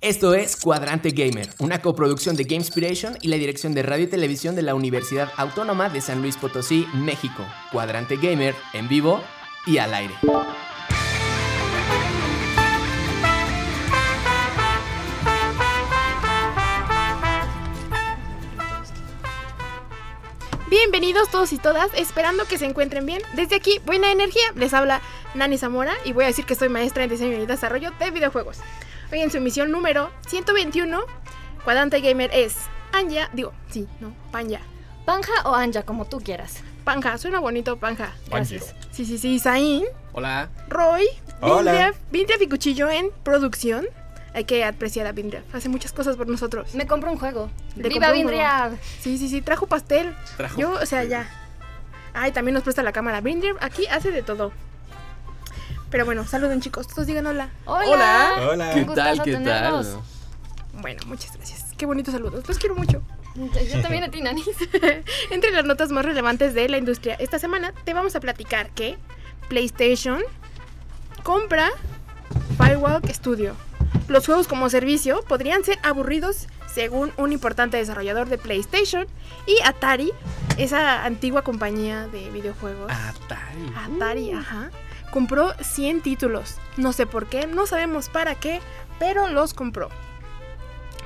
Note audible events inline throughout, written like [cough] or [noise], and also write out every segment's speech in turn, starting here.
Esto es Cuadrante Gamer, una coproducción de Gamespiration y la Dirección de Radio y Televisión de la Universidad Autónoma de San Luis Potosí, México. Cuadrante Gamer, en vivo y al aire. Bienvenidos todos y todas, esperando que se encuentren bien. Desde aquí, buena energía, les habla Nani Zamora y voy a decir que soy maestra en diseño y desarrollo de videojuegos. Hoy en su emisión número 121, Cuadrante Gamer es Anja, digo, sí, no, Panja. Panja o Anja, como tú quieras. Panja, suena bonito, Panja. Gracias. Sí, sí, sí, Isaín, Hola. Roy, Hola. Vindref, Vindref y Cuchillo en producción. Hay que apreciar a Vindref, hace muchas cosas por nosotros. Me compro un juego. Te ¡Viva compro un Vindriad! Sí, sí, sí, trajo pastel. Trajo Yo, o sea, ya. Ay, también nos presta la cámara. Brindler aquí hace de todo. Pero bueno, saluden chicos, todos digan hola. ¡Hola! Hola. Un ¿Qué gustazo tenerlos. Bueno, muchas gracias. Qué bonitos saludos, los quiero mucho. Yo también a ti, Nani. [laughs] Entre las notas más relevantes de la industria esta semana, te vamos a platicar que PlayStation compra Firewalk Studio. Los juegos como servicio podrían ser aburridos según un importante desarrollador de PlayStation y Atari, esa antigua compañía de videojuegos. Atari. Atari, Mm. ajá. Compró 100 títulos. No sé por qué, no sabemos para qué, pero los compró.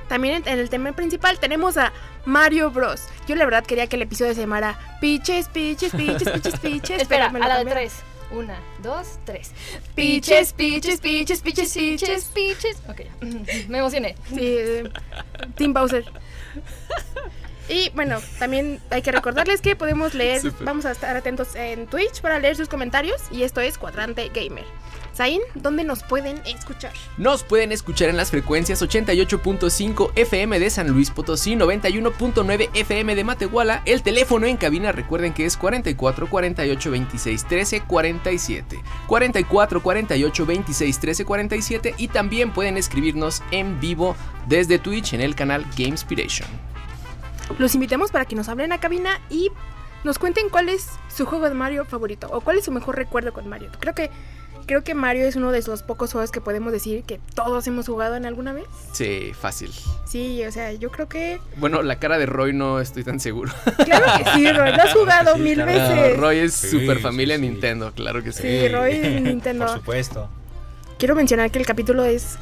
También en- en el tema principal tenemos a Mario Bros. Yo la verdad quería que el episodio se llamara Piches, Piches, Piches, Piches, [laughs] Piches. pero Espera, a me lo la de cambiaron. tres. Una, dos, tres. Piches, Piches, Piches, Piches, Piches. Piches, piches. Ok, ya. [laughs] Me emocioné. Sí, eh, Tim Bowser. Y bueno, también hay que recordarles que podemos leer, Súper. vamos a estar atentos en Twitch para leer sus comentarios y esto es Cuadrante Gamer. Zain, ¿dónde nos pueden escuchar? Nos pueden escuchar en las frecuencias 88.5 FM de San Luis Potosí, 91.9 FM de Matehuala. El teléfono en cabina recuerden que es 44 48 26 13 47. 44 48 26 13 47 y también pueden escribirnos en vivo desde Twitch en el canal Gamespiration. Los invitamos para que nos hablen a cabina y nos cuenten cuál es su juego de Mario favorito o cuál es su mejor recuerdo con Mario. Creo que creo que Mario es uno de los pocos juegos que podemos decir que todos hemos jugado en alguna vez. Sí, fácil. Sí, o sea, yo creo que Bueno, la cara de Roy no estoy tan seguro. claro que sí, Roy, lo has jugado Sí, mil claro. [laughs] veces. Roy es Sí, super sí, familia sí. Nintendo, claro que sí. Sí, Roy de Nintendo. [laughs] Por supuesto. Quiero mencionar que el capítulo es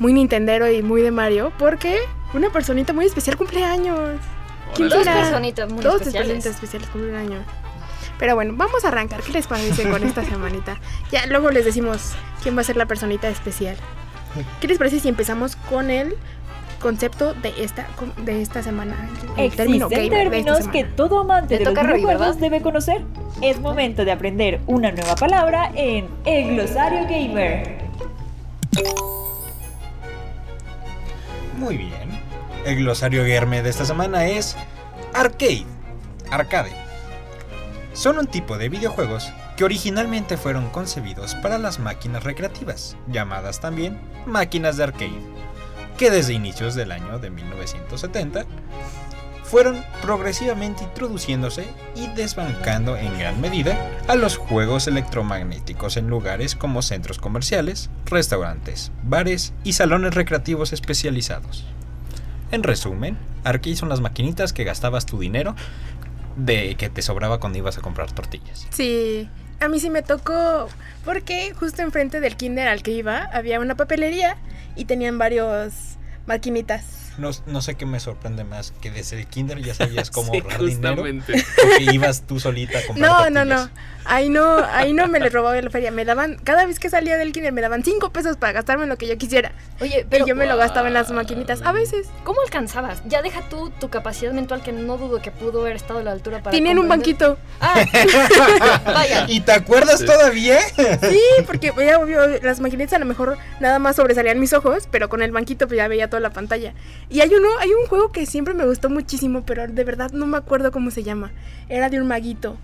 muy nintendero y muy de Mario porque una personita muy especial cumpleaños. ¿Quién Órale. Dos será? personitas muy Todos especiales. especialistas especiales cumplen año. Pero bueno, vamos a arrancar. ¿Qué les parece con [laughs] esta semanita? Ya luego les decimos quién va a ser la personita especial. ¿Qué les parece si empezamos con el concepto de esta, de esta semana? El término Existen gamer de esta términos que semana. todo amante Le de los toca a Roy, videojuegos ¿verdad? debe conocer. Es momento de aprender una nueva palabra en el glosario gamer. Muy bien. El glosario Germe de esta semana es arcade, arcade. Son un tipo de videojuegos que originalmente fueron concebidos para las máquinas recreativas, llamadas también máquinas de arcade, que desde inicios del año de 1970 fueron progresivamente introduciéndose y desbancando en gran medida a los juegos electromagnéticos en lugares como centros comerciales, restaurantes, bares y salones recreativos especializados. En resumen, Arcade son las maquinitas que gastabas tu dinero de que te sobraba cuando ibas a comprar tortillas. Sí, a mí sí me tocó porque justo enfrente del kinder al que iba había una papelería y tenían varios maquinitas. No, no sé qué me sorprende más, que desde el kinder [laughs] ya sabías cómo Sí, ahorrar dinero o justamente. que ibas tú solita a comprar No, no, tortillas. no. Ahí no, ahí no [laughs] me les robaba la feria. Me daban, cada vez que salía del kinder me daban cinco pesos para gastarme en lo que yo quisiera. Oye, Pero pero yo me lo guau. gastaba en las maquinitas. A veces. ¿cómo alcanzabas? Ya deja tú tu capacidad mental que no dudo que pudo haber estado a la altura para. Tenían un comprender. banquito. Ah, vaya. ¿Y te acuerdas todavía? Sí, porque pues, ya obvio, las maquinitas a lo mejor nada más sobresalían mis ojos, pero con el banquito pues ya veía toda la pantalla. Y hay uno, hay un juego que siempre me gustó muchísimo, pero de verdad no me acuerdo cómo se llama. Era de un maguito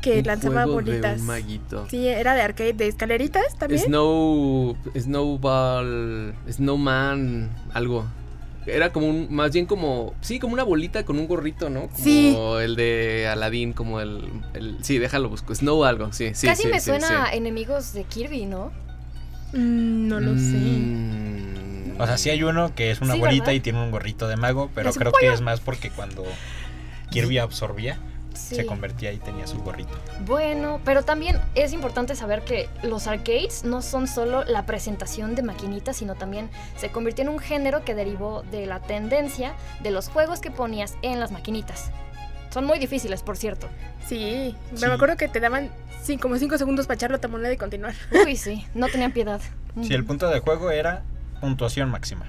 que Un lanzaba juego de bolitas. un maguito. Sí, era de arcade, de escaleritas también. Snow. Snowball. Snowman. Algo. Era como un. Más bien como. Sí, como una bolita con un gorrito, ¿no? Como Sí. el de Aladdin, como el, el- Sí, déjalo busco. Snow algo, sí, sí. Casi sí, me sí, suena sí. a enemigos de Kirby, ¿no? Mm, no lo sé. Mm, O sea, sí hay uno que es una Sí, abuelita ¿verdad? y tiene un gorrito de mago, pero Es un creo que es más porque cuando Kirby absorbía, Sí. se convertía y tenía su gorrito. Bueno, pero también es importante saber que los arcades no son solo la presentación de maquinitas, sino también se convirtió en un género que derivó de la tendencia de los juegos que ponías en las maquinitas. Son muy difíciles, por cierto. Sí, Sí. me acuerdo que te daban sí, como 5 segundos para echar la otra moneda y continuar. Uy, sí, no tenían piedad. [laughs] Si el punto de juego era puntuación máxima.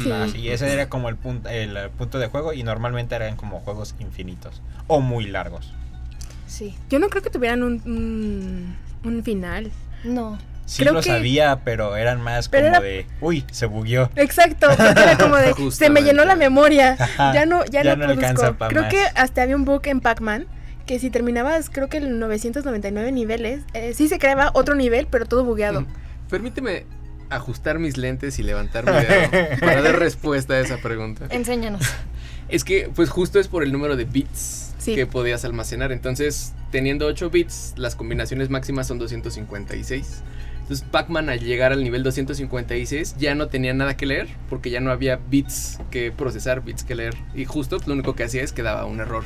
Sí. Ah, sí, ese era como el, pun- el, eh, punto de juego y normalmente eran como juegos infinitos o muy largos. Sí. Yo no creo que tuvieran un, un, un final. No. Sí Creo lo que- sabía, pero eran más Pero como era- de, uy, se bugueó. Exacto, porque era como de [laughs] se me Justamente. llenó la memoria. Ajá, Ya no, ya, ya no, no produzco. alcanza pa' creo más. que hasta había un book en Pac-Man que si terminabas, creo que el 999 niveles, eh, sí se creaba otro nivel, pero todo bugueado. Mm. Permíteme ajustar mis lentes y levantar mi dedo para [laughs] dar respuesta a esa pregunta. Enséñanos. Es que, pues justo es por el número de bits Sí. que podías almacenar. Entonces, teniendo 8 bits, las combinaciones máximas son 256. Entonces, Pac-Man al llegar al nivel 256 ya no tenía nada que leer porque ya no había bits que procesar, bits que leer. Y justo pues, lo único que hacía es que daba un error.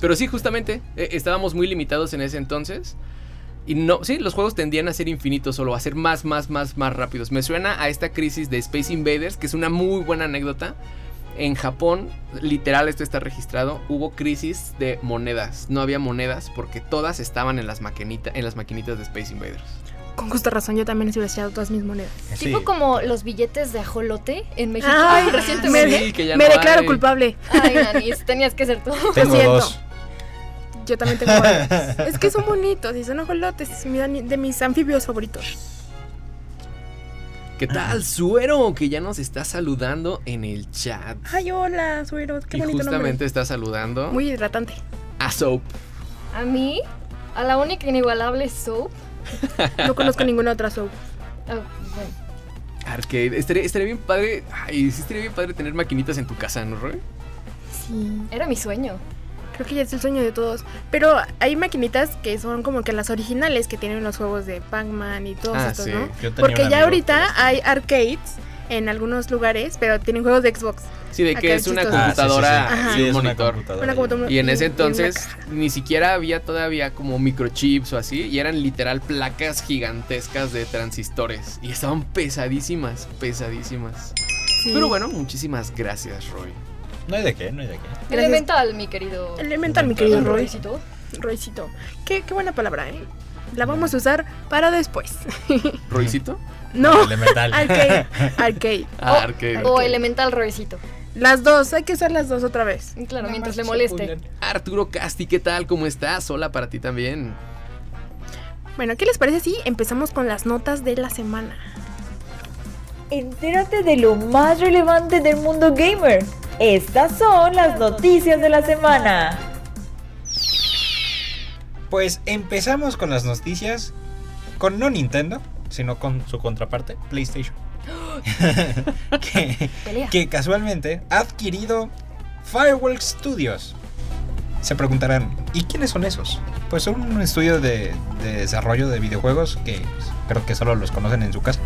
Pero sí, justamente, eh, estábamos muy limitados en ese entonces. Y no, sí, los juegos tendían a ser infinitos solo, a ser más, más, más, más rápidos. Me suena a esta crisis de Space Invaders, que es una muy buena anécdota. En Japón, literal, esto está registrado, hubo crisis de monedas. No había monedas porque todas estaban en las, maquinita- en las maquinitas de Space Invaders. Con justa razón, yo también les hubiera echado todas mis monedas. Sí. Tipo como los billetes de ajolote en México. Ay, [laughs] recientemente. me- Sí, que ya me no declaro hay. culpable. Ay, Nanis, tenías que ser tú. Tengo siento. dos. Yo también tengo [laughs] varias. Es que son bonitos y son ajolotes, es mi- de mis anfibios favoritos. ¿Qué tal, Suero? Que ya nos está saludando en el chat. Ay, hola, suero, qué y bonito justamente nombre. está saludando Muy hidratante. a Soap. A mí, a la única inigualable soap. No [laughs] conozco ninguna otra soap. Ah, bueno. Arcade. Estaría, estaría bien padre. Ay, sí, estaría bien padre tener maquinitas en tu casa, ¿no, Roy? Sí. Era mi sueño. Creo que ya es el sueño de todos. Pero hay maquinitas que son como que las originales que tienen los juegos de Pac-Man y todos Ah, estos, sí. ¿no? Yo tenía un Porque amigo ya que ahorita los- hay arcades en algunos lugares, pero tienen juegos de Xbox. Sí, de que Acá es una chistoso. Ah, sí, sí, sí. computadora Ajá. y Sí, un es una monitor. computadora. Una computadora. Y en ese Y- y una entonces caja. ni siquiera había todavía como microchips o así, y eran literal placas gigantescas de transistores. Y estaban pesadísimas, pesadísimas. Sí. Pero bueno, muchísimas gracias, Roy. No hay de qué, no hay de qué. Gracias. Elemental, mi querido. Elemental, mi querido Elemental. Roy. Roycito. Roycito. Qué, qué buena palabra, ¿eh? La vamos a usar para después. [laughs] ¿Roycito? no. [laughs] Ah, Elemental. Arcade. [laughs] Arcade. Ah, arcade. O Ok. elemental Roycito. Las dos, hay que usar las dos otra vez. Mm, Claro, mientras le moleste. Arturo Casti, ¿qué tal? ¿Cómo estás? Hola para ti también. Bueno, ¿qué les parece si empezamos con las notas de la semana? Entérate de lo más relevante del mundo gamer. Estas son las noticias de la semana. Pues empezamos con las noticias con no Nintendo, sino con su contraparte, PlayStation. [laughs] que, Pelea. que casualmente ha adquirido Firewall Studios. Se preguntarán, ¿y quiénes son esos? Pues son un estudio de, de desarrollo de videojuegos que creo que solo los conocen en su casa.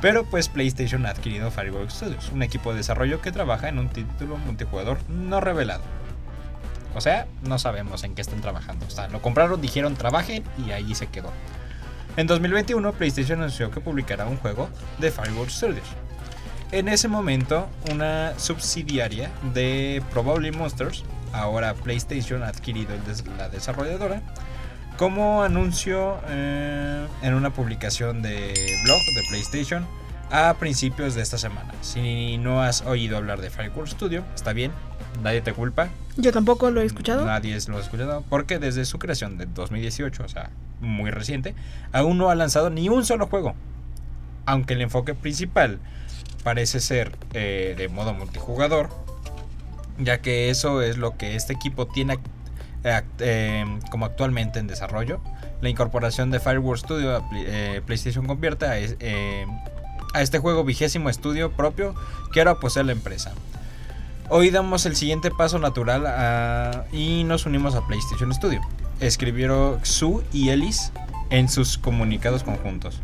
Pero pues PlayStation ha adquirido Firewall Studios, un equipo de desarrollo que trabaja en un título multijugador no revelado. O sea, no sabemos en qué están trabajando. O sea, lo compraron, dijeron trabajen y ahí se quedó. En 2021, PlayStation anunció que publicará un juego de Firewall Studios. En ese momento, una subsidiaria de Probably Monsters, ahora PlayStation ha adquirido el des- la desarrolladora, como anuncio eh, en una publicación de blog de PlayStation a principios de esta semana. Si no has oído hablar de Firewall Studio, está bien, nadie te culpa, Yo tampoco lo he escuchado. Nadie lo ha escuchado porque desde su creación de 2018, o sea, muy reciente, aún no ha lanzado ni un solo juego. Aunque el enfoque principal parece ser eh, de modo multijugador, ya que eso es lo que este equipo tiene act- act- eh, como actualmente en desarrollo. La incorporación de Firewall Studio a Pli- eh, PlayStation convierte a, es- eh, a este juego vigésimo estudio propio que ahora posee la empresa. Hoy damos el siguiente paso natural a- y nos unimos a PlayStation Studio. Escribieron Xu y Ellis en sus comunicados conjuntos.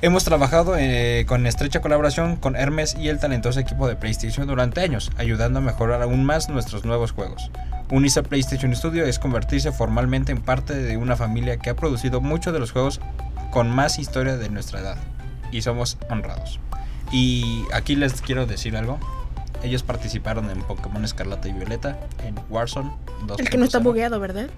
Hemos trabajado eh, con estrecha colaboración con Hermes y el talentoso equipo de PlayStation durante años, ayudando a mejorar aún más nuestros nuevos juegos. Unirse a PlayStation Studio es convertirse formalmente en parte de una familia que ha producido muchos de los juegos con más historia de nuestra edad. Y somos honrados. Y aquí les quiero decir algo. Ellos participaron en Pokémon Escarlata y Violeta, en Warzone 2.0. El que no está bugueado, ¿verdad?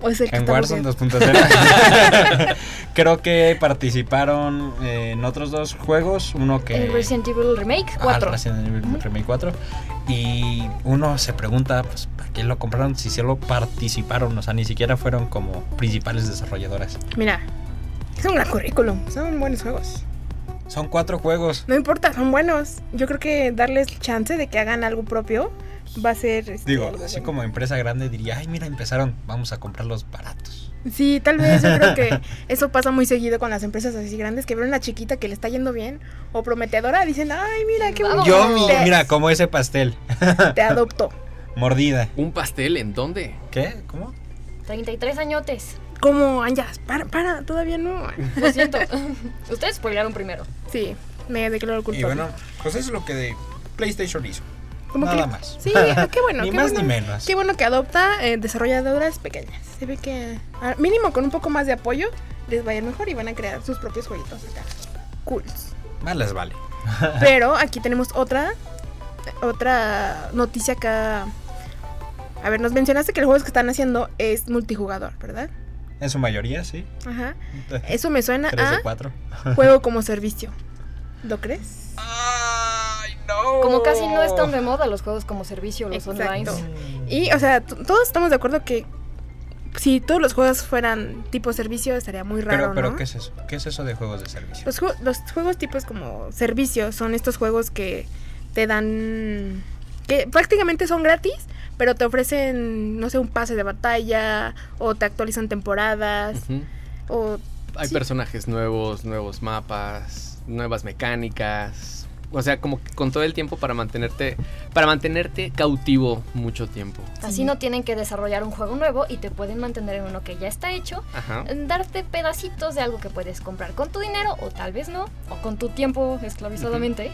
O es el que En está Warzone bugueado. [laughs] 2.0. [laughs] Creo que participaron eh, en otros dos juegos. Uno que. El Resident Evil Remake Ah, 4. Resident Evil Ujú. Remake 4. Y uno se pregunta, pues, ¿para qué lo compraron? Si solo participaron, o sea, ni siquiera fueron como principales desarrolladoras. Mira, es un gran currículum. Son buenos juegos. Son cuatro juegos. No importa, son buenos. Yo creo que darles chance de que hagan algo propio va a ser. este, Digo, algo así bueno. como empresa grande diría, ay, mira, empezaron, vamos a comprarlos baratos. Sí, tal vez yo creo [laughs] que eso pasa muy seguido con las empresas así grandes que ven a una chiquita que le está yendo bien o prometedora, dicen, ay, mira, qué bueno. Vamos. Yo, mi- Oh, te, mira, como ese pastel. [laughs] te adopto. Mordida. ¿Un pastel en dónde? ¿Qué? ¿Cómo? 33 añotes. Como, Anjas, para, para, todavía no. Lo [laughs] siento. Ustedes spoilearon primero. Sí, me declaro culpable. Y bueno, pues eso es lo que de PlayStation hizo. Como nada que- más. [laughs] Sí, ah, qué bueno. ni qué más bueno. ni menos. Qué bueno que adopta eh, desarrolladoras pequeñas. Se ve que ah, mínimo con un poco más de apoyo les va a ir mejor y van a crear sus propios jueguitos acá. Cool. Más les vale. Pero aquí tenemos otra otra noticia acá. A ver, nos mencionaste que los juegos que están haciendo es multijugador, ¿verdad? En su mayoría, sí. Ajá. Eso me suena 3 de a 4. juego como servicio. ¿Lo crees? Ay, no. Como casi no Oh. están de moda los juegos como servicio, los Exacto. online. Y, o sea, t- todos estamos de acuerdo que si todos los juegos fueran tipo servicio estaría muy raro, Pero, pero ¿no? Pues, ¿qué es eso? ¿Qué es eso de juegos de servicio? Los, ju- los juegos tipos como servicio son estos juegos que te dan. que prácticamente son gratis, pero te ofrecen, no sé, un pase de batalla, o te actualizan temporadas, Ujú. o. Hay Pues, Sí. personajes nuevos, nuevos mapas, nuevas mecánicas. O sea, como que con todo el tiempo para mantenerte, para mantenerte cautivo mucho tiempo. Así no tienen que desarrollar un juego nuevo y te pueden mantener en uno que ya está hecho, Ajá. darte pedacitos de algo que puedes comprar con tu dinero o tal vez no, o con tu tiempo esclavizadamente.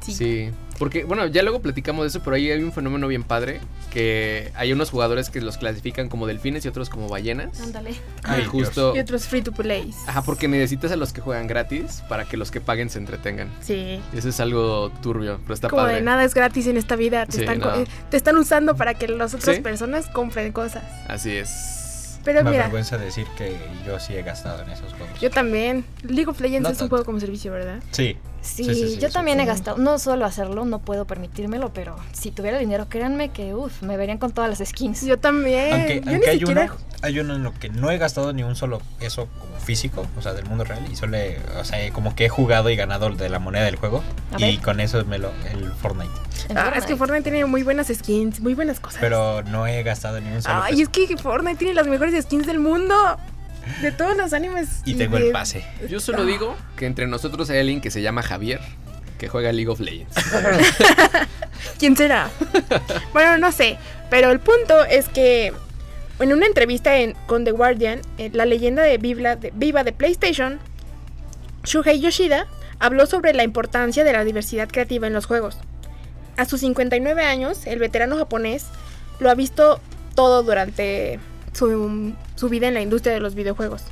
Sí. Porque, bueno, ya luego platicamos de eso, pero ahí hay un fenómeno bien padre, que hay unos jugadores que los clasifican como delfines y otros como ballenas. Ándale. Y justo... Y otros free to play. Oh. Ajá, porque necesitas a los que juegan gratis para que los que paguen se entretengan. Sí. Eso es algo turbio, pero está Como padre. de nada es gratis en esta vida. Te, Sí, están, co- no. eh, te están usando para que las otras Sí. personas compren cosas. Así es. Pero Me mira, avergüenza decir que yo sí he gastado en esos juegos. yo también. League of Legends No es un tanto. juego como servicio, ¿verdad? Sí. Sí, Sí, sí, sí, yo sí, también sí. he gastado, no suelo hacerlo, no puedo permitírmelo, pero si tuviera dinero, créanme que uff, me verían con todas las skins. Yo también. Aunque, Eh, yo aunque ni hay, siquiera. uno, hay uno en lo que no he gastado ni un solo eso como físico, o sea, del mundo real. Y solo, he- o sea, como que he jugado y ganado de la moneda del juego. A Y ver. con eso me lo. el Fortnite. En Ah, es que Fortnite. Fortnite tiene muy buenas skins, muy buenas cosas. Pero no he gastado ni un solo. Ay, peso. es que Fortnite tiene las mejores skins del mundo. De todos los animes. Y tengo de- el pase. Yo solo digo que entre nosotros hay alguien que se llama Javier, que juega League of Legends. ¿Quién [laughs] será? bueno, no sé. Pero el punto es que en una entrevista en- con The Guardian, eh, la leyenda de Viva de, viva de PlayStation, Shuhei Yoshida habló sobre la importancia de la diversidad creativa en los juegos. A sus 59 años, el veterano japonés lo ha visto todo durante su, su vida en la industria de los videojuegos.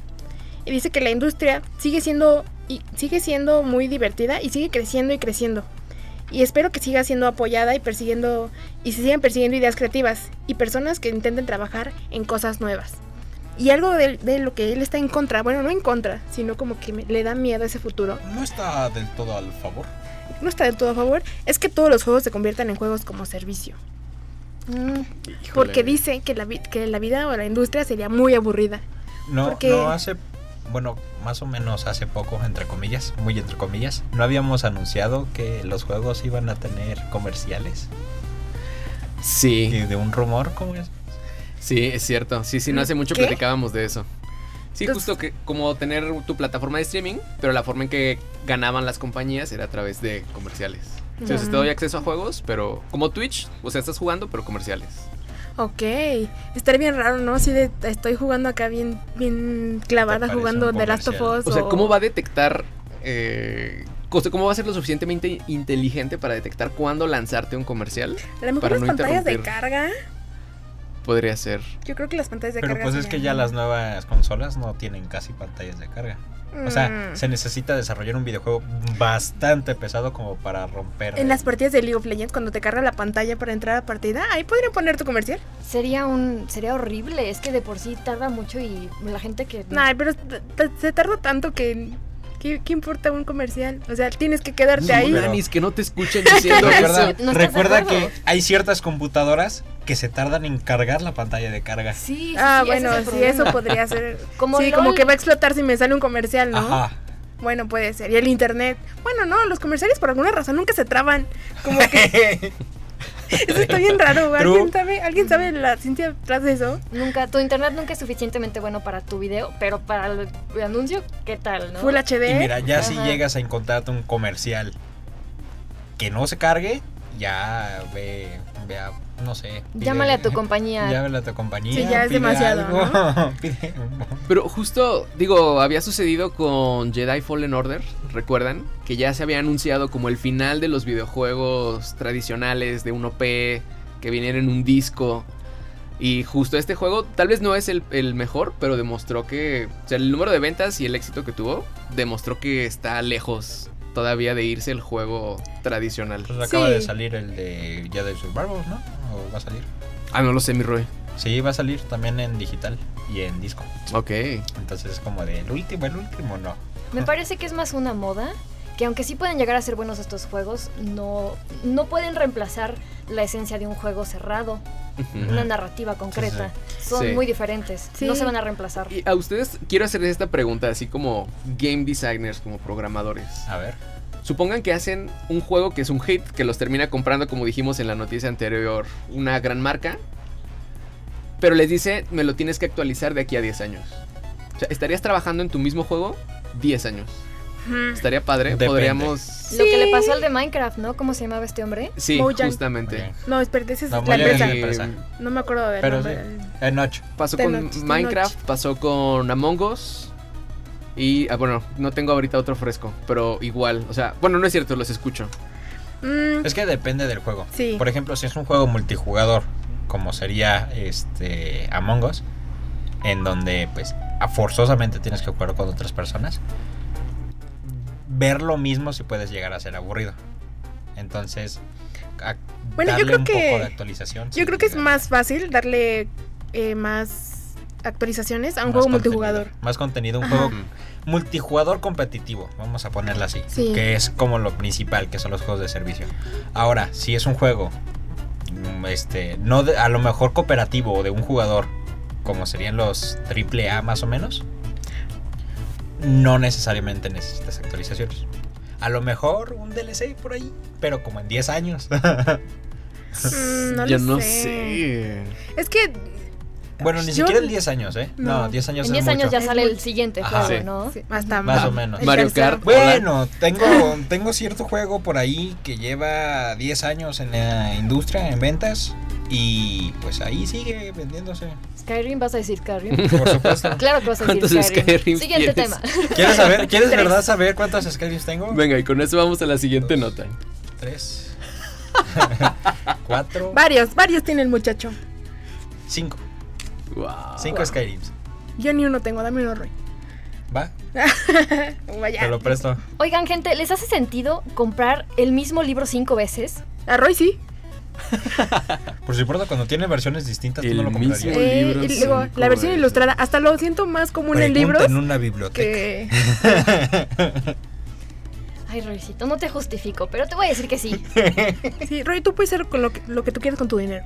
Y dice que la industria sigue siendo, y sigue siendo muy divertida y sigue creciendo y creciendo. Y espero que siga siendo apoyada y persiguiendo y se sigan persiguiendo ideas creativas y personas que intenten trabajar en cosas nuevas. Y algo de, de lo que él está en contra, bueno, no en contra, sino como que me- le da miedo a ese futuro, No está del todo al favor. no está del todo a favor, es que todos los juegos se conviertan en juegos como servicio. Mm, Híjole. Porque dice que la, vi- que la vida o la industria sería muy aburrida. No, Porque- no hace, bueno, más o menos hace poco, entre comillas, muy entre comillas, no habíamos anunciado que los juegos iban a tener comerciales. Sí, Y de un rumor, ¿cómo es? sí, es cierto. Sí, sí, no hace mucho ¿Qué? platicábamos de eso. Sí, Entonces- justo que como tener tu plataforma de streaming, pero la forma en que ganaban las compañías era a través de comerciales. Entonces te doy acceso a juegos, pero como Twitch, o sea, estás jugando, pero comerciales. Ok, estaría bien raro, ¿no? Si de, estoy jugando acá bien, bien clavada Te parece jugando un The Last of comercial. Us. O sea, ¿cómo va a detectar... eh, cosa- ¿Cómo va a ser lo suficientemente inteligente para detectar cuándo lanzarte un comercial? A lo mejor para las no pantallas de interrumpir? carga. Podría ser. Yo creo que las pantallas de Pero carga. pues es que ya las nuevas consolas no tienen casi pantallas de carga. O sea, Mm. se necesita desarrollar un videojuego bastante pesado como para romper. En las el- partidas de League of Legends, cuando te carga la pantalla para entrar a partida, ahí podrían poner tu comercial. Sería un sería horrible, es que de por sí tarda mucho y la gente que Ay, pero t- t- se tarda tanto que. ¿Qué, qué importa un comercial? O sea, tienes que quedarte No, ahí. Ah, Danis, que no te [laughs] escuchen diciendo Recuerda, eso. no estás de recuerda que acuerdo. hay ciertas computadoras que se tardan en cargar la pantalla de carga. Sí, sí, Ah, sí, ese bueno, es el sí, problema. eso podría ser. [laughs] Como sí, LOL. como que va a explotar si me sale un comercial, ¿no? Ajá. [laughs] Bueno, puede ser. Y el internet. Bueno, no, los comerciales por alguna razón nunca se traban. Como que [laughs] eso está bien raro. True. ¿Alguien sabe, ¿Alguien sabe la ciencia detrás de eso? Nunca tu internet nunca es suficientemente bueno para tu video, pero para el, el anuncio, ¿qué tal, no? Full y HD. mira, ya si Ajá. llegas a encontrarte un comercial que no se cargue, ya ve, ve a, no sé. pide- [laughs] Llámale [laughs] a tu compañía. Llámale a tu compañía. Sí, ya es pide demasiado, algo, ¿no? [laughs] pide un- Pero justo, digo, había sucedido con Jedi Fallen Order, ¿recuerdan? Que ya se había anunciado como el final de los videojuegos tradicionales de 1P, que vinieron en un disco. Y justo este juego, tal vez no es el, el mejor, pero demostró que, o sea, el número de ventas y el éxito que tuvo, demostró que está lejos todavía de irse el juego tradicional. Pues acaba Sí. de salir el de Jedi Survivor, ¿no? ¿O va a salir? Ah, no lo sé, mi Roy. Sí, va a salir también en digital y en disco. Ok. Entonces es como de el último, el último, no. Me parece que es más una moda, que aunque sí pueden llegar a ser buenos estos juegos, no, no pueden reemplazar la esencia de un juego cerrado, Ujú. una narrativa concreta. Son Sí. muy diferentes, Sí. no se van a reemplazar. Y a ustedes quiero hacerles esta pregunta, así como game designers, como programadores. A ver. Supongan que hacen un juego que es un hit, que los termina comprando, como dijimos en la noticia anterior, una gran marca, pero les dice, me lo tienes que actualizar de aquí a 10 años. O sea, ¿estarías trabajando en tu mismo juego 10 años? Ujú. Estaría padre, Depende. podríamos... Lo que le Sí. pasó al de Minecraft, ¿no? ¿Cómo se llamaba este hombre? Sí, Mojang. justamente. Eh, No, espérate, esa es No, la Mojang. empresa. Mojang. empresa. No me acuerdo del Pero nombre. sí. del- En 8. Pasó Te con noche, te Minecraft, noche. pasó con Among Us. Y, ah, bueno, no tengo ahorita otro fresco, pero igual. O sea, bueno, no es cierto, los escucho. Mm, Es que depende del juego. Sí. Por ejemplo, si es un juego multijugador, como sería este Among Us, en donde pues a- forzosamente tienes que jugar con otras personas, ver lo mismo si puedes llegar a ser aburrido. Entonces, a- Bueno, yo darle creo un que- poco de actualización. Yo sí, creo que es da- más fácil darle eh, más actualizaciones a un más juego contenido, multijugador. Más contenido, un Ajá. juego multijugador competitivo, vamos a ponerla así, Sí. que es como lo principal, que son los juegos de servicio. Ahora, si es un juego, mm, este, no de- a lo mejor cooperativo o de un jugador, como serían los AAA más o menos, no necesariamente necesitas actualizaciones. A lo mejor un DLC por ahí, pero como en 10 años. [laughs] Mm, [laughs] no Yo lo no sé. sé. Es que. bueno, ni Yo- siquiera en 10 años, ¿eh? No, No. 10 años en es 10 años mucho. ya sale el siguiente Ajá. juego, Sí. ¿no? sí, hasta Más ma- o menos. el Mario tercero. Kart. Bueno, tengo, tengo cierto juego por ahí que lleva 10 años en la industria, en ventas, y pues ahí sigue vendiéndose. Skyrim, vas a [laughs] decir Skyrim. Por [laughs] supuesto. Claro que vas a decir ¿Cuántos Skyrim. Skyrim Siguiente tienes? tema. ¿Quieres saber? ¿Quieres Tres. verdad saber cuántos Skyrims tengo? Venga, y con eso vamos a la siguiente nota. Tres. [laughs] Cuatro. Varios, varios tiene el muchacho. Cinco. Ah, Wow. Cinco Skyrims. Yo ni uno tengo, dame uno, Roy. Va, Vaya. te lo presto. Oigan, gente, ¿les hace sentido comprar el mismo libro cinco veces? A Roy sí. Por supuesto, cuando tiene versiones distintas, tú El no lo comprarías. mismo. Un libro Eh, y luego, cinco la versión veces. ilustrada. Hasta lo siento más común en Pregunta libros en una biblioteca. que. Ay, Roycito, no te justifico, pero te voy a decir que sí. [laughs] Sí, Roy, tú puedes hacer con lo que, lo que tú quieras con tu dinero.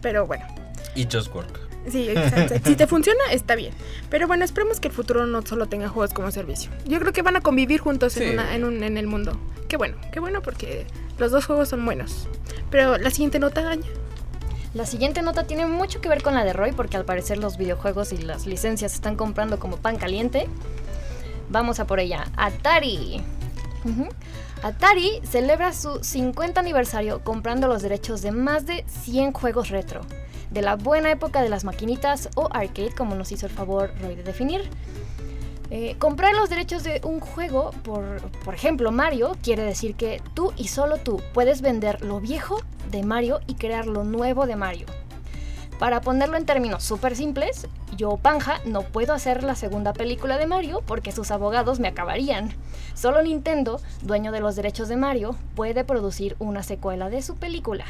Pero bueno. Y Just Work. Sí, exacto. Si te funciona, está bien. Pero bueno, esperemos que el futuro no solo tenga juegos como servicio. Yo creo que van a convivir juntos Sí. en, una- en, un- en el mundo. Qué bueno, qué bueno porque los dos juegos son buenos. Pero la siguiente nota, Daña. La siguiente nota tiene mucho que ver con la de Roy, porque al parecer los videojuegos y las licencias se están comprando como pan caliente. Vamos a por ella. Atari. Ujú. Atari celebra su 50 aniversario comprando los derechos de más de 100 juegos retro, de la buena época de las maquinitas o arcade, como nos hizo el favor Roy de definir. Eh, comprar los derechos de un juego, por, por ejemplo Mario, quiere decir que tú y solo tú puedes vender lo viejo de Mario y crear lo nuevo de Mario. Para ponerlo en términos súper simples, yo, Panja, no puedo hacer la segunda película de Mario porque sus abogados me acabarían. Solo Nintendo, dueño de los derechos de Mario, puede producir una secuela de su película.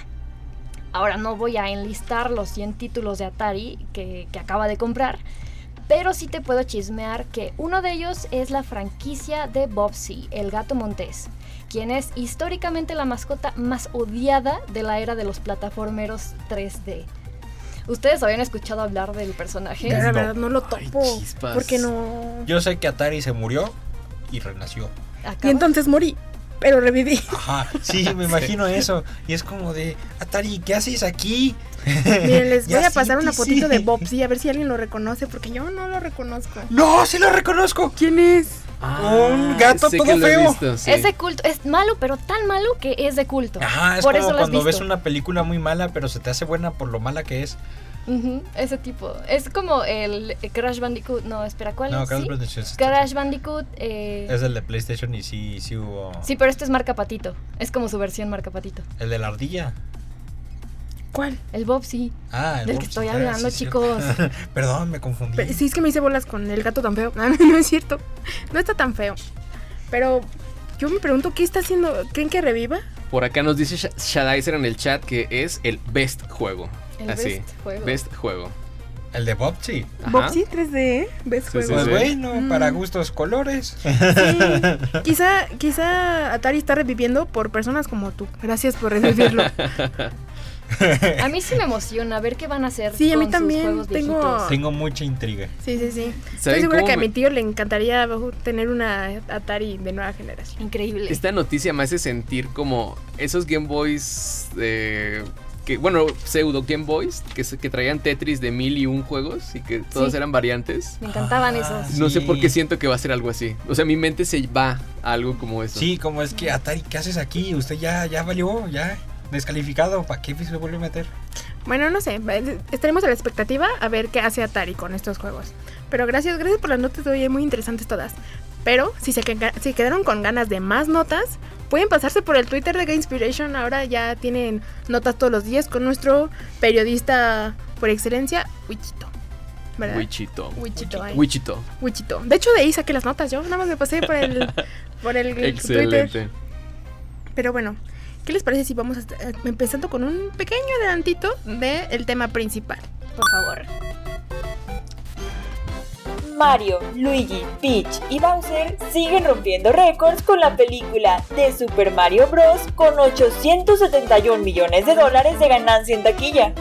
Ahora no voy a enlistar los 100 títulos de Atari que, que acaba de comprar, pero sí te puedo chismear que uno de ellos es la franquicia de Bobsy, el gato montés, quien es históricamente la mascota más odiada de la era de los plataformeros 3D. ¿Ustedes habían escuchado hablar del personaje? Pero la No. verdad no lo topo. chispas. porque no. Yo sé que Atari se murió y renació. Y Acabo- entonces morí, pero reviví. Ajá, sí, [laughs] me imagino eso. Y es como de, Atari, ¿qué haces aquí? Miren, [laughs] [laughs] les voy Ya a sí, pasar una sí, fotito sí. de Bobsy a ver si alguien lo reconoce, porque yo no lo reconozco. ¡No, sí lo reconozco! ¿Quién es? Un gato Ah, sé todo que lo he feo. visto, sí. Es de culto, es malo, pero tan malo que es de culto. Ajá, es Por eso como lo has cuando ves visto. una película muy mala, pero se te hace buena por lo mala que es. Ujú, ese tipo. Es como el Crash Bandicoot. No, espera, ¿cuál No, es? Crash ¿Sí? Bandicoot es- Crash Bandicoot. eh, es el de PlayStation y sí, sí hubo. Sí, pero este es marca patito. Es como su versión marca patito. El de la ardilla. ¿Cuál? El Bob sí. Ah, Del el que Bob's, estoy ah, hablando, sí, es [laughs] cierto. Perdón, me confundí. Pero sí, es que me hice bolas con el gato tan feo. [laughs] Ah, No, no es cierto. No está tan feo. Pero yo me pregunto, ¿qué está haciendo? ¿Creen que reviva? Por acá nos dice Sha- Shadizer en el chat que es el best juego. El Así. best juego. Ah, Best juego. El de Bob, sí. Ajá. Bobsy 3D, ¿eh? ¿ves Sí, juegos? Pues sí. bueno, Mm. para gustos colores. Sí. [laughs] Quizá, quizá Atari está reviviendo por personas como tú. Gracias [laughs] por revivirlo. A mí sí me emociona ver qué van a hacer. Sí, a con mí sus también juegos tengo. viejitos. Tengo mucha intriga. Sí, sí, sí. Estoy ¿Saben segura cómo que a me- mi tío le encantaría bajo- tener una Atari de nueva generación. Increíble. Esta noticia me hace sentir como esos Game Boys eh, que, bueno, pseudo Game Boys que, se- que traían Tetris de mil y un juegos y que todos Sí. eran variantes. Me encantaban Ah, esos. No sé Sí. por qué siento que va a ser algo así. O sea, mi mente se va a algo como eso. Sí, como es que Atari, ¿qué haces aquí? Usted ya, ya valió, ya descalificado. ¿Para qué se vuelve a meter? Bueno, no sé. eh, Estaremos a la expectativa a ver qué hace Atari con estos juegos. Pero gracias, gracias por las notas de hoy, muy interesantes todas. Pero si se, que- si quedaron con ganas de más notas, pueden pasarse por el Twitter de Inspiration. Ahora ya tienen notas todos los días con nuestro periodista por excelencia, Wichito. ¿Verdad? Wichito. Wichito, ay, Wichito. Wichito. De hecho, de ahí saqué las notas. Yo nada más me pasé por el, por el [laughs] Twitter. Excelente. Pero bueno, ¿qué les parece si vamos a est- eh, empezando con un pequeño adelantito del tema principal? Por favor. Mario, Luigi, Peach y Bowser siguen rompiendo récords con la película de Super Mario Bros. con 871 millones de dólares de ganancia en taquilla.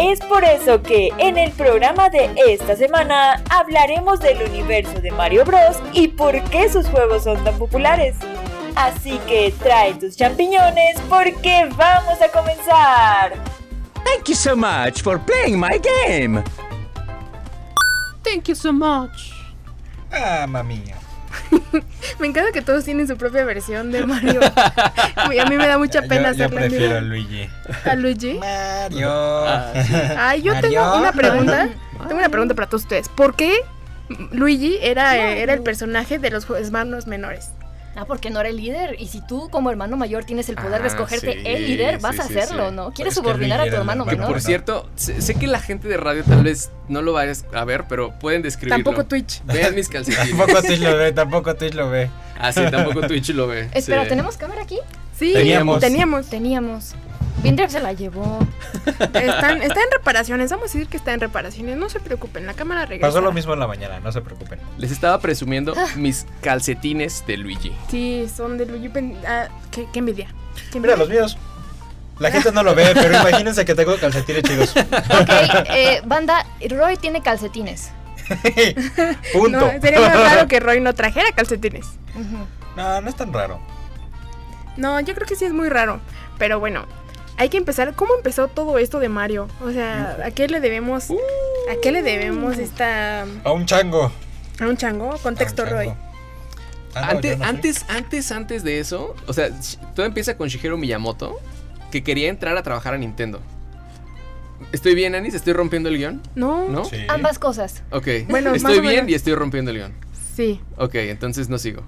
Es por eso que en el programa de esta semana hablaremos del universo de Mario Bros. y por qué sus juegos son tan populares. Así que trae tus champiñones porque vamos a comenzar. Thank you so much for playing my game. Ah, mamía. [laughs] Me encanta que todos tienen su propia versión de Mario. [laughs] Y a mí me da mucha Yo- pena yo, hacerla en prefiero a vivo. Luigi. a Luigi. Mario. Ah, [laughs] Ay, yo tengo Mario. una pregunta. Tengo una pregunta para todos ustedes. ¿Por qué Luigi era, eh, era el personaje de los jue- hermanos menores? Ah, porque no era el líder. Y si tú, como hermano mayor, tienes el poder de Ah, escogerte sí, el líder, sí, vas a sí, sí. hacerlo, ¿no? Quieres Es que subordinar a Luigi tu era el hermano hermano menor. Por cierto, sé, sé que la gente de radio tal vez no lo va a ver, pero pueden describirlo. Tampoco Twitch. Vean mis calcetines. [laughs] Tampoco Twitch lo ve, tampoco Twitch lo ve. Así, tampoco Twitch lo ve. Espera, Sí. ¿tenemos cámara aquí? Sí, Teníamos. teníamos. Teníamos. Vindrev se la llevó. Están, está en reparaciones. Vamos a decir que está en reparaciones. No se preocupen, la cámara regresa. Pasó lo mismo en la mañana, no se preocupen. Les estaba presumiendo Ah. mis calcetines de Luigi. Sí, son de Luigi. Pen- ah, qué, qué envidia. Qué Mira envidia. los míos. La gente no lo ve, pero imagínense que tengo calcetines chicos. Ok, eh, banda, Roy tiene calcetines. Punto. [laughs] No, sería más raro [laughs] que Roy no trajera calcetines. Ujú. No, no es tan raro. No, yo creo que sí es muy raro. Pero bueno, hay que empezar. ¿Cómo empezó todo esto de Mario? O sea, ¿a qué le debemos? ¿A Uh. qué le debemos esta. A un chango. a un chango? Contexto, A un chango. Roy. Ah, no, antes, yo no sé. antes, antes, antes de eso, o sea, sh- todo empieza con Shigeru Miyamoto, que quería entrar a trabajar a Nintendo. ¿Estoy bien, Anis? ¿Estoy rompiendo el guión? No. ¿No? Sí. Ambas cosas. Ok. Bueno, más estoy o bien menos. y estoy rompiendo el guión. Sí. Ok, entonces no sigo.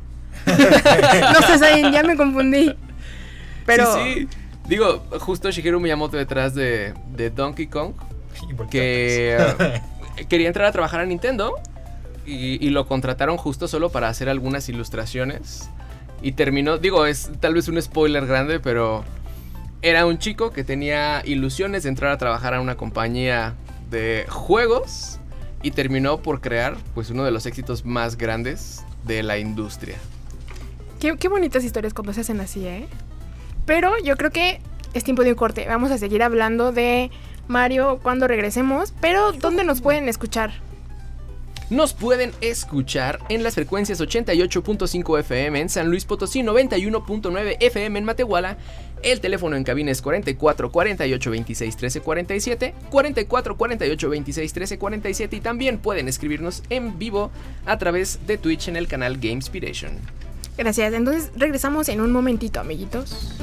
No sé, Zayn, ya me [laughs] confundí. Pero Sí, sí. Digo, justo Shigeru Miyamoto detrás de, de Donkey Kong, Y volteó que atrás. eh, quería entrar a trabajar a Nintendo y, y lo contrataron justo solo para hacer algunas ilustraciones. Y terminó, digo, es tal vez un spoiler grande, pero era un chico que tenía ilusiones de entrar a trabajar a una compañía de juegos y terminó por crear pues uno de los éxitos más grandes de la industria. qué, qué bonitas historias cuando se hacen así, ¿eh? Pero yo creo que es tiempo de un corte. Vamos a seguir hablando de Mario cuando regresemos. Pero ¿dónde nos pueden escuchar? Nos pueden escuchar en las frecuencias 88.5 FM en San Luis Potosí, 91.9 FM en Matehuala. El teléfono en cabina es 44 48 26 13 47, 44 48 26 13 47 y también pueden escribirnos en vivo a través de Twitch en el canal Gamespiration. Gracias. Entonces regresamos en un momentito, amiguitos.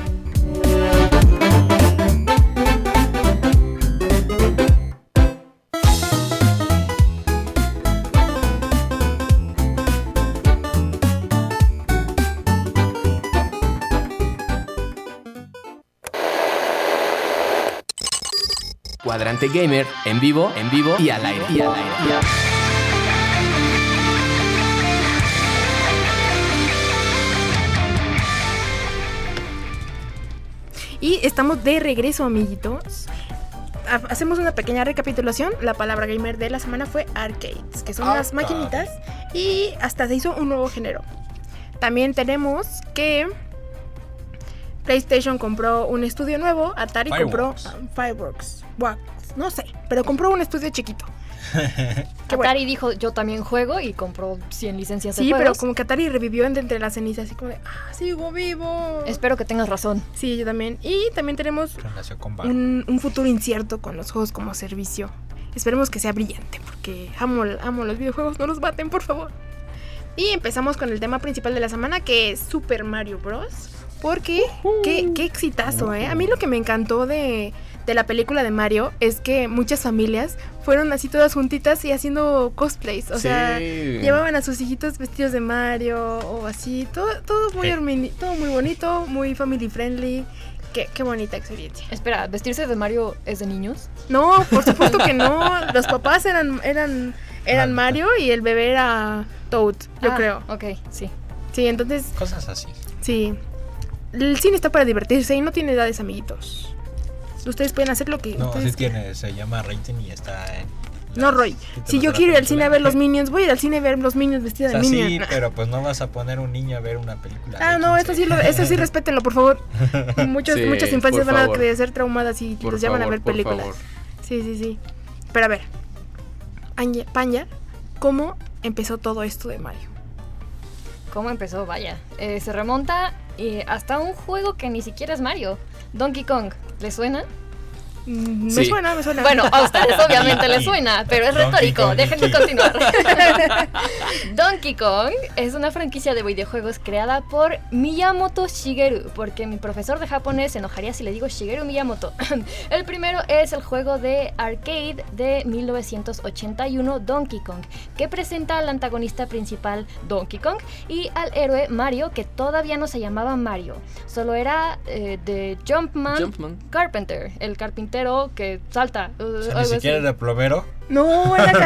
Cuadrante Gamer, en vivo, en vivo y al aire. Y al aire. y al aire. Y estamos de regreso, amiguitos. Ha- Hacemos una pequeña recapitulación. La palabra gamer de la semana fue arcades, que son las Arcades. maquinitas. Y hasta se hizo un nuevo género. También tenemos que PlayStation compró un estudio nuevo, Atari Fireworks. compró um, Fireworks. Wax, no sé, pero compró un estudio chiquito. Qué bueno. Atari dijo, yo también juego y compró 100 licencias de Sí, pero juegos. como que Atari revivió de entre las cenizas, así como de, ah, sigo vivo. Espero que tengas razón. Sí, yo también. Y también tenemos Relación con Bar. un, un futuro incierto con los juegos como servicio. Esperemos que sea brillante, porque amo, amo los videojuegos, no los baten, por favor. Y empezamos con el tema principal de la semana, que es Super Mario Bros. Porque qué, qué exitazo, ¿eh? A mí lo que me encantó de, de la película de Mario es que muchas familias fueron así todas juntitas y haciendo cosplays. O sea, Sí. llevaban a sus hijitos vestidos de Mario o así. Todo, todo, muy, Sí. armoni- todo muy bonito, muy family friendly. Qué, qué bonita experiencia. Espera, ¿vestirse de Mario es de niños? No, por supuesto que no. Los papás eran, eran, eran Claro. Mario y el bebé era Toad, yo Ah, creo. Ok, sí. Sí, entonces, Cosas así. sí. El cine está para divertirse y no tiene edades, amiguitos. Ustedes pueden hacer lo que No, ustedes sí tiene, se llama Rating y está en. quieran. No, Roy. Si yo quiero ir al cine a ver los Minions, voy a ir al cine a ver los Minions O vestidos sea, de sí, Minion. pero pues no vas a poner un niño a ver una película. Ah, de no, 15. eso sí, lo, eso [laughs] sí, respétenlo, por favor. Muchas, Sí, muchas infancias por van a favor. crecer traumadas y Por los llaman a favor, ver por películas. favor. Sí, sí, sí. Pero a ver, Anya- Panya, ¿cómo empezó todo esto de Mario? ¿Cómo empezó? Vaya. Eh, se remonta eh, hasta un juego que ni siquiera es Mario. Donkey Kong. ¿Le suena? Mm, Me Sí. suena, me suena. Bueno, a ustedes obviamente les Sí. suena, pero es Donkey retórico. Kong, Déjenme [laughs] sí. continuar. [laughs] Donkey Kong es una franquicia de videojuegos creada por Miyamoto Shigeru, porque mi profesor de japonés se enojaría si le digo Shigeru Miyamoto. [laughs] El primero es el juego de arcade de 1981 Donkey Kong, que presenta al antagonista principal Donkey Kong y al héroe Mario, que todavía no se llamaba Mario, solo era eh, de Jumpman, Jumpman. Carpenter, el carpintero que salta. uh, O sea, algo ni así. siquiera era plomero. No, era Tampoco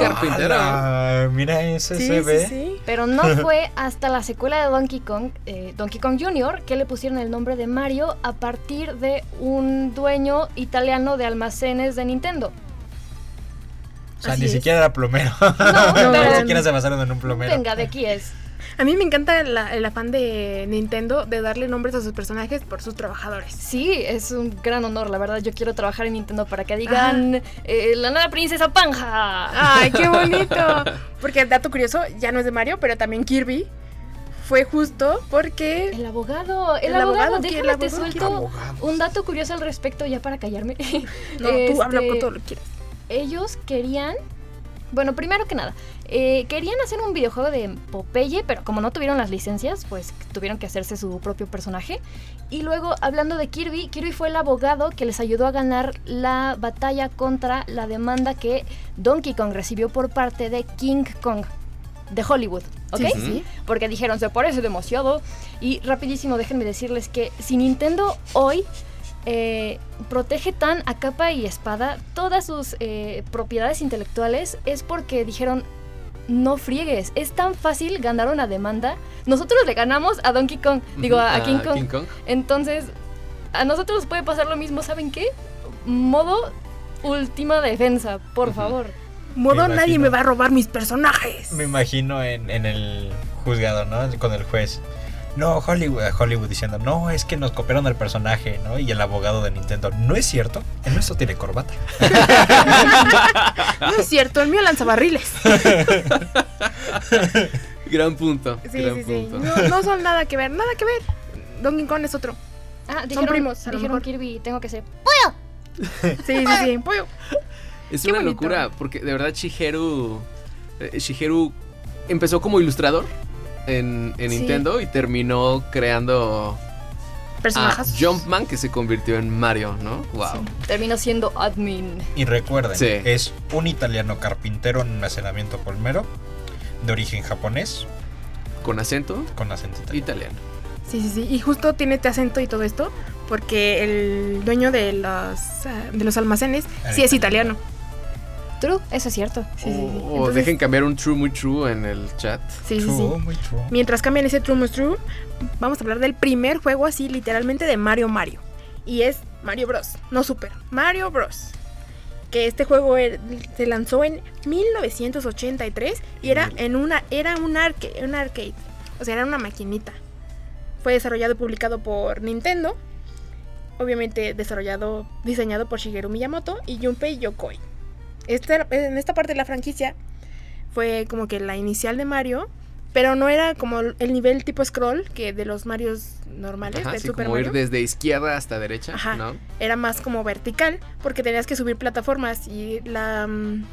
carpintero. Carpintero. Ah, mira, ese Sí, se ve. sí, sí. Pero [laughs] no fue hasta la secuela de Donkey Kong, eh, Donkey Kong Jr., que le pusieron el nombre de Mario a partir de un dueño italiano de almacenes de Nintendo. O sea, Así ni es. siquiera era plomero. [laughs] No, ni pero- siquiera se basaron en un plomero. Venga, de aquí es. A mí me encanta la- el afán de Nintendo de darle nombres a sus personajes por sus trabajadores. Sí, es un gran honor, la verdad. Yo quiero trabajar en Nintendo para que Ah. digan eh, la nueva princesa Panja. ¡Ay, [laughs] qué bonito! Porque, dato curioso, ya no es de Mario, pero también Kirby fue justo porque... El abogado, el, El abogado, abogado, ¿qué? El déjame te abogado, ¿qué? suelto un dato curioso al respecto ya para callarme. No, tú habla Este, con todo lo que quieras. ellos querían Bueno, primero que nada, eh, querían hacer un videojuego de Popeye, pero como no tuvieron las licencias, pues tuvieron que hacerse su propio personaje. Y luego, hablando de Kirby, Kirby fue el abogado que les ayudó a ganar la batalla contra la demanda que Donkey Kong recibió por parte de King Kong de Hollywood, ¿ok? Sí, sí. Porque dijeron, se parece demasiado. Y rapidísimo, déjenme decirles que si Nintendo hoy eh, protege tan a capa y espada todas sus eh, propiedades intelectuales, es porque dijeron, no friegues, es tan fácil ganar una demanda. Nosotros le ganamos a Donkey Kong, digo, Ah, a, a King Kong. Entonces, a nosotros puede pasar lo mismo, ¿saben qué? Modo última defensa, por Ujú. favor. Modo nadie Me imagino. me va a robar mis personajes. Me imagino en, en el juzgado, ¿no? Con el juez. No, Hollywood, Hollywood diciendo, no, es que nos copiaron el personaje, ¿no? Y el abogado de Nintendo, no es cierto, el nuestro tiene corbata. [laughs] No es cierto, el mío lanza barriles. Gran punto. Sí, gran sí, sí. punto. No, no son nada que ver, nada que ver. Donkey Kong es otro. Ah, dijeron, primos, a lo dijeron mejor. Kirby, tengo que ser Sí, sí, sí. Pollo. Es Qué una bonito. locura, porque de verdad Shigeru. eh, Shigeru empezó como ilustrador en, en Sí. Nintendo y terminó creando a Personajes. Ah, Jumpman que se convirtió en Mario, ¿no? Wow. Termino siendo admin. Y recuerden, Sí. es un italiano carpintero en un hacinamiento polmero, de origen japonés, Con acento con acento italiano. italiano. Sí, sí, sí. Y justo tiene este acento y todo esto porque el dueño de los, ah, de los almacenes Ah, sí es italiano. True, eso es cierto. Sí, sí, sí. o o Entonces, dejen cambiar un true muy true en el chat. Sí, sí, sí. True, muy true. Mientras cambian ese True Must True, vamos a hablar del primer juego así literalmente de Mario Mario. Y es Mario Bros. No Super. Mario Bros. Que este juego er- se lanzó en 1983 y era en una era un arcade, un arcade. O sea, era una maquinita. Fue desarrollado y publicado por Nintendo. Obviamente desarrollado, diseñado por Shigeru Miyamoto y Junpei Yokoi. Esta- en esta parte de la franquicia fue como que la inicial de Mario, pero no era como el nivel tipo scroll que de los Marios normales, Ajá, del así Super como Mario. ir desde izquierda hasta derecha, Ajá. ¿no? Era más como vertical porque tenías que subir plataformas y la, mm,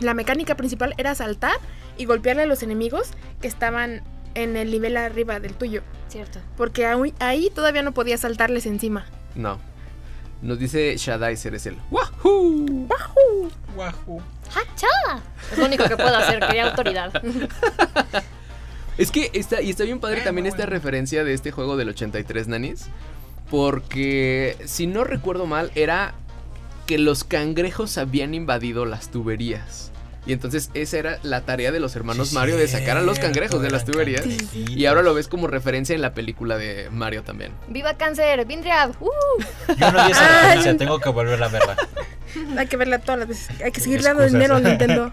la mecánica principal era saltar y golpearle a los enemigos que estaban en el nivel arriba del tuyo, Cierto. porque aún ahí todavía no podías saltarles encima. No. Nos dice Shadai Cerecel. ¡Wahoo! Wahoo. ¡Hacha! Es lo único que puedo hacer, quería autoridad. Es que está, y está bien padre Eh, también muy esta bueno. referencia de este juego del 83 nanis. Porque si no recuerdo mal, era que los cangrejos habían invadido las tuberías. Y entonces esa era la tarea de los hermanos Sí, Mario de sacar a los cierto, cangrejos de las eran tuberías. cangrejitos. Y ahora lo ves como referencia en la película de Mario también. Ah, [laughs] ¡Viva cáncer! ¡Vindriad! ¡Uh! Yo no [laughs] vi esa Ay. referencia, tengo que volver a verla. Hay que verla todas las veces, hay que Sí, seguir dando excusas. dinero al Nintendo.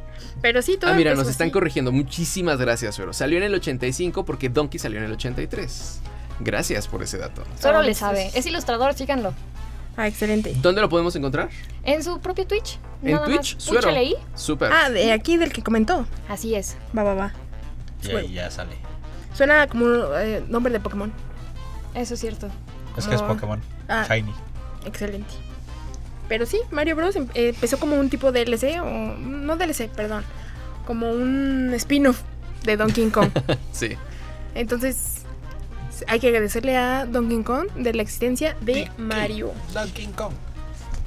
[laughs] pero sí, todo Ah, mira, empezó nos están así. corrigiendo. Muchísimas gracias, Oro. Salió en el 85 porque Donkey salió en el 83. Gracias por ese dato. Solo Oh, le sí, sabe. sí. Es ilustrador, chícanlo. Ah, excelente. ¿Dónde lo podemos encontrar? En su propio Twitch. En nada Twitch, más. Suero. Púchale ahí. Súper. Ah, de aquí del que comentó. Así es. Va, va, va. Y ahí ya sale. Suena como eh, nombre de Pokémon. Eso es cierto. Es que es Ah. Pokémon. Ah, Shiny. Excelente. Pero sí, Mario Bros. em- eh, empezó como un tipo DLC, o no DLC, perdón, como un spin-off de Donkey Kong. Sí. Entonces, hay que agradecerle a Donkey Kong de la existencia de Donkey. Mario. Donkey Kong.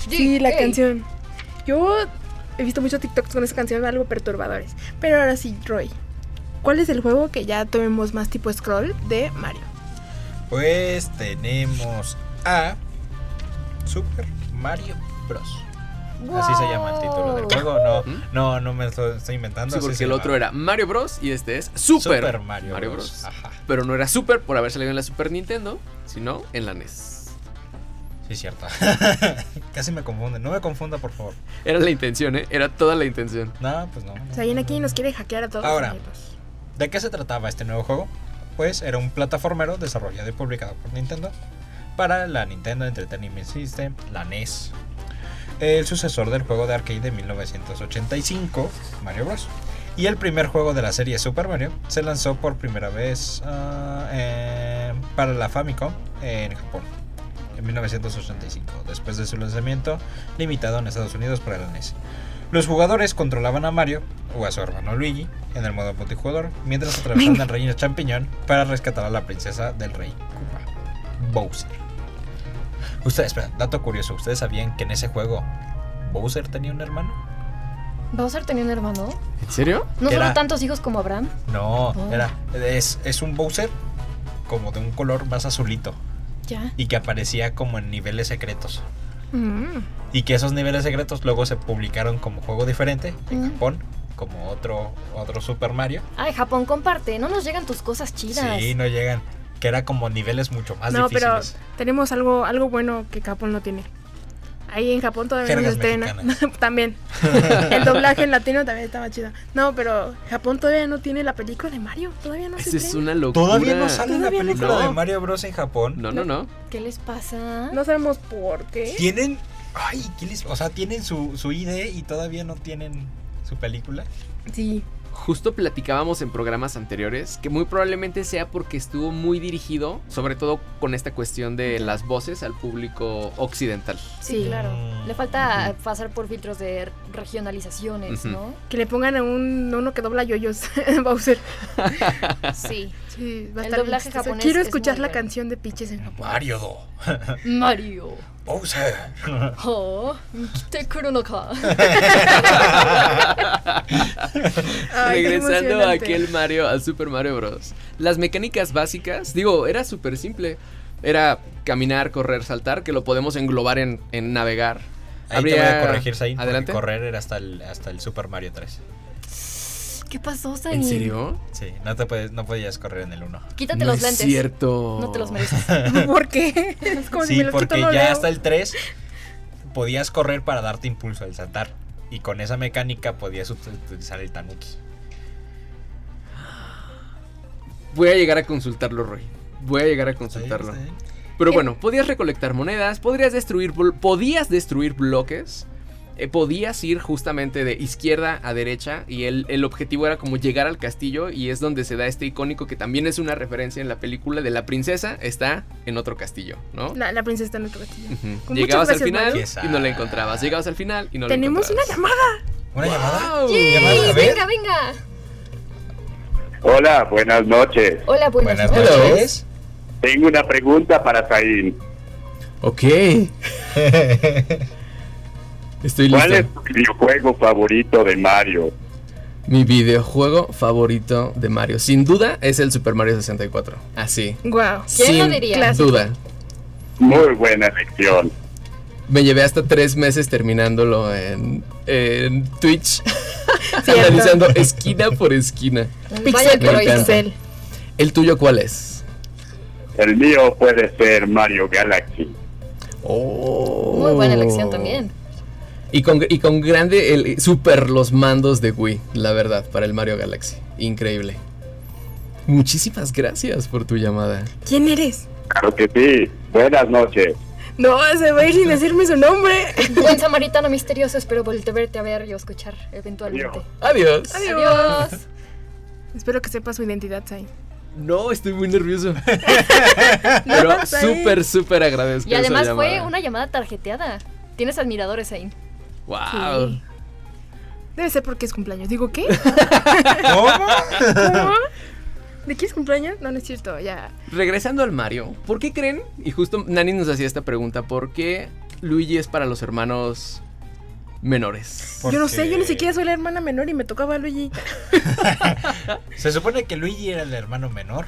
Sí, la Ey. canción. Yo he visto muchos TikToks con esa canción, algo perturbadores. Pero ahora sí, Roy, ¿cuál es el juego que ya tomemos más tipo scroll de Mario? Pues tenemos a Super Mario Bros. Así se llama el título del Wow. juego. No, ¿Mm? no, no me lo estoy inventando. Sí, así porque se el llama. otro era Mario Bros. y este es Super, Super Mario, Bros. Ajá. Pero no era Super por haber salido en la Super Nintendo, sino en la E NES. Sí, cierto. [laughs] Casi me confunde. No me confunda, por favor. Era la intención, ¿eh? Era toda la intención. No, pues no. no. O sea, alguien aquí nos quiere hackear a todos. Ahora. amigos. ¿De qué se trataba este nuevo juego? Pues era un plataformero desarrollado y publicado por Nintendo para la Nintendo Entertainment System, la NES, el sucesor del juego de arcade de 1985, Mario Bros. Y el primer juego de la serie Super Mario se lanzó por primera vez ah, eh, para la Famicom en Japón en 1985, después de su lanzamiento limitado en Estados Unidos para la E NES. Los jugadores controlaban a Mario o a su hermano Luigi en el modo multijugador, mientras atravesaban el reino champiñón para rescatar a la princesa del rey Koopa, Bowser. Ustedes, espera, dato curioso, ¿ustedes sabían que en ese juego Bowser tenía un hermano? ¿Bowser tenía un hermano? ¿En serio? ¿No Era- fueron tantos hijos como Abraham? No, Oh. era, es, es un Bowser como de un color más azulito Ya. y que aparecía como en niveles secretos. Mm. Y que esos niveles secretos luego se publicaron como juego diferente en Mm. Japón, como otro, otro Super Mario. Ay, Japón, comparte. No nos llegan tus cosas chidas. Sí, no llegan. Que era como niveles mucho más no, pero difíciles. tenemos algo, algo bueno que Japón no tiene. Ahí en Japón todavía no se Jergas estrena. [laughs] también. El doblaje en latino también estaba chido. No, pero Japón todavía no tiene la película de Mario. Todavía no Esa Ah, se es estrena. una locura. Todavía no sale la Todavía no película sale. de Mario Bros. en Japón. No, no, no. ¿Qué les pasa? No sabemos por qué. Tienen. Ay, ¿qué les- O sea, tienen su, su ID y todavía no tienen su película. Sí. Justo platicábamos en programas anteriores que muy probablemente sea porque estuvo muy dirigido, sobre todo con esta cuestión de las voces al público [laughs] occidental. Sí. Sí, claro. Mm. Le falta pasar por filtros de regionalizaciones, Ujú. ¿no? [laughs] Que le pongan a un a uno que dobla yoyos, [laughs] Bowser. Sí. Sí, va a El estar bien doblaje chistoso. japonés Quiero es escuchar muy la bueno. canción de Piches en Japón. Mario do. Mario. Bowser. Oh, te [laughs] Kuronoko. Ay, qué Regresando a emocionante. aquel Mario, al Super Mario Bros. Las mecánicas básicas, digo, era súper simple. Era caminar, correr, saltar, que lo podemos englobar en, en navegar. Ahí te voy a Habría- corregir, Zayn, porque Adelante. correr era hasta el, hasta el Super Mario 3. ¿Qué pasó, Zayn? ¿En [laughs] serio? Sí, no, te puedes, no podías correr en el 1. Quítate No los es lentes. cierto. No te los [laughs] mereces. ¿Por qué? Es como si Sí, me los porque quito, no ya leo. hasta el 3 podías correr para darte impulso al saltar. Y con esa mecánica podías ut- utilizar el tanuki. Voy a llegar a consultarlo, Roy. Voy a llegar a ¿Está bien? consultarlo. ¿Está bien? Eh, Pero bueno, podías recolectar monedas, podrías destruir, blo- podías destruir bloques, eh, podías ir justamente de izquierda a derecha y el, el objetivo era como llegar al castillo y es donde se da este icónico que también es una referencia en la película de la princesa está en otro castillo, ¿no? La, la princesa está en otro castillo. Ujú. Con Llegabas al muchas gracias, final Mario. y no la encontrabas. Llegabas al final y no la Tenemos una encontrabas. llamada. ¿Una llamada? ¡Wow! ¿Llamada? A ver. venga, venga. Hola, buenas noches. Hola, buenas, Buenas noches. noches. Tengo una pregunta para Zain. Ok. Estoy ¿Cuál listo. es tu videojuego favorito de Mario? Mi videojuego favorito de Mario, sin duda, es el Super Mario 64. Así. Wow. ¿Quién sin lo diría? Clásico. duda. Muy buena elección. Me llevé hasta tres meses terminándolo en, en [laughs] Twitch, Cierto. analizando esquina por esquina. Vaya Pixel Me por por encanta. pixel. ¿El tuyo cuál es? El mío puede ser Mario Galaxy. Oh. Muy buena elección también. Y con, y con grande, el, super los mandos de Wii, la verdad, para el Mario Galaxy. Increíble. Muchísimas gracias por tu llamada. ¿Quién eres? Claro que sí. Buenas noches. No, se va a ir sin decirme su nombre. Buen samaritano misterioso, espero volverte a ver y o escuchar eventualmente. Adiós. Adiós. Adiós. Espero que sepa su identidad, Sai. No, estoy muy nervioso. Pero Saí. súper, súper agradezco. Y además esa fue llamada. una llamada tarjeteada. Tienes admiradores ahí. Wow. Sí. Debe ser porque es cumpleaños. [laughs] Digo, ¿qué? ¿Cómo? ¿Cómo? ¿De qué es cumpleaños? No, no es cierto, ya. Regresando al Mario, ¿por qué creen? Y justo Nani nos hacía esta pregunta, ¿por qué Luigi es para los hermanos menores? Yo no sé, yo ni Porque siquiera soy la hermana menor y me tocaba [laughs] Luigi. Se supone que Luigi era el hermano menor,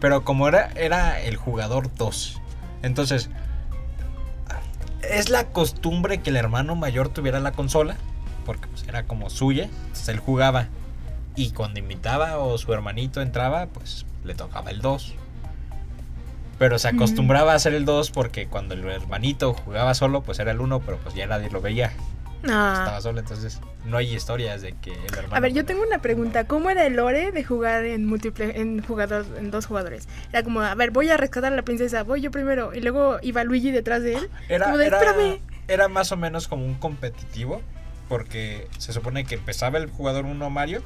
pero como era, era el jugador 2. Entonces, es la costumbre que el hermano mayor tuviera la consola, porque pues, era como suya, entonces él jugaba. Y cuando invitaba o su hermanito entraba, pues le tocaba el 2. Pero se acostumbraba a ser el 2 porque cuando el hermanito jugaba solo, pues era el 1, pero pues ya nadie lo veía. Ah. Estaba solo, entonces no hay historias de que el hermano... A ver, yo menor- tengo una pregunta. ¿Cómo era el lore de jugar en múltiple, en jugador, en dos jugadores? Era como, a ver, voy a rescatar a la princesa, voy yo primero. Y luego iba Luigi detrás de él. Era, Como de, era- "Espérame". era más o menos como un competitivo, porque se supone que empezaba el jugador 1 Mario,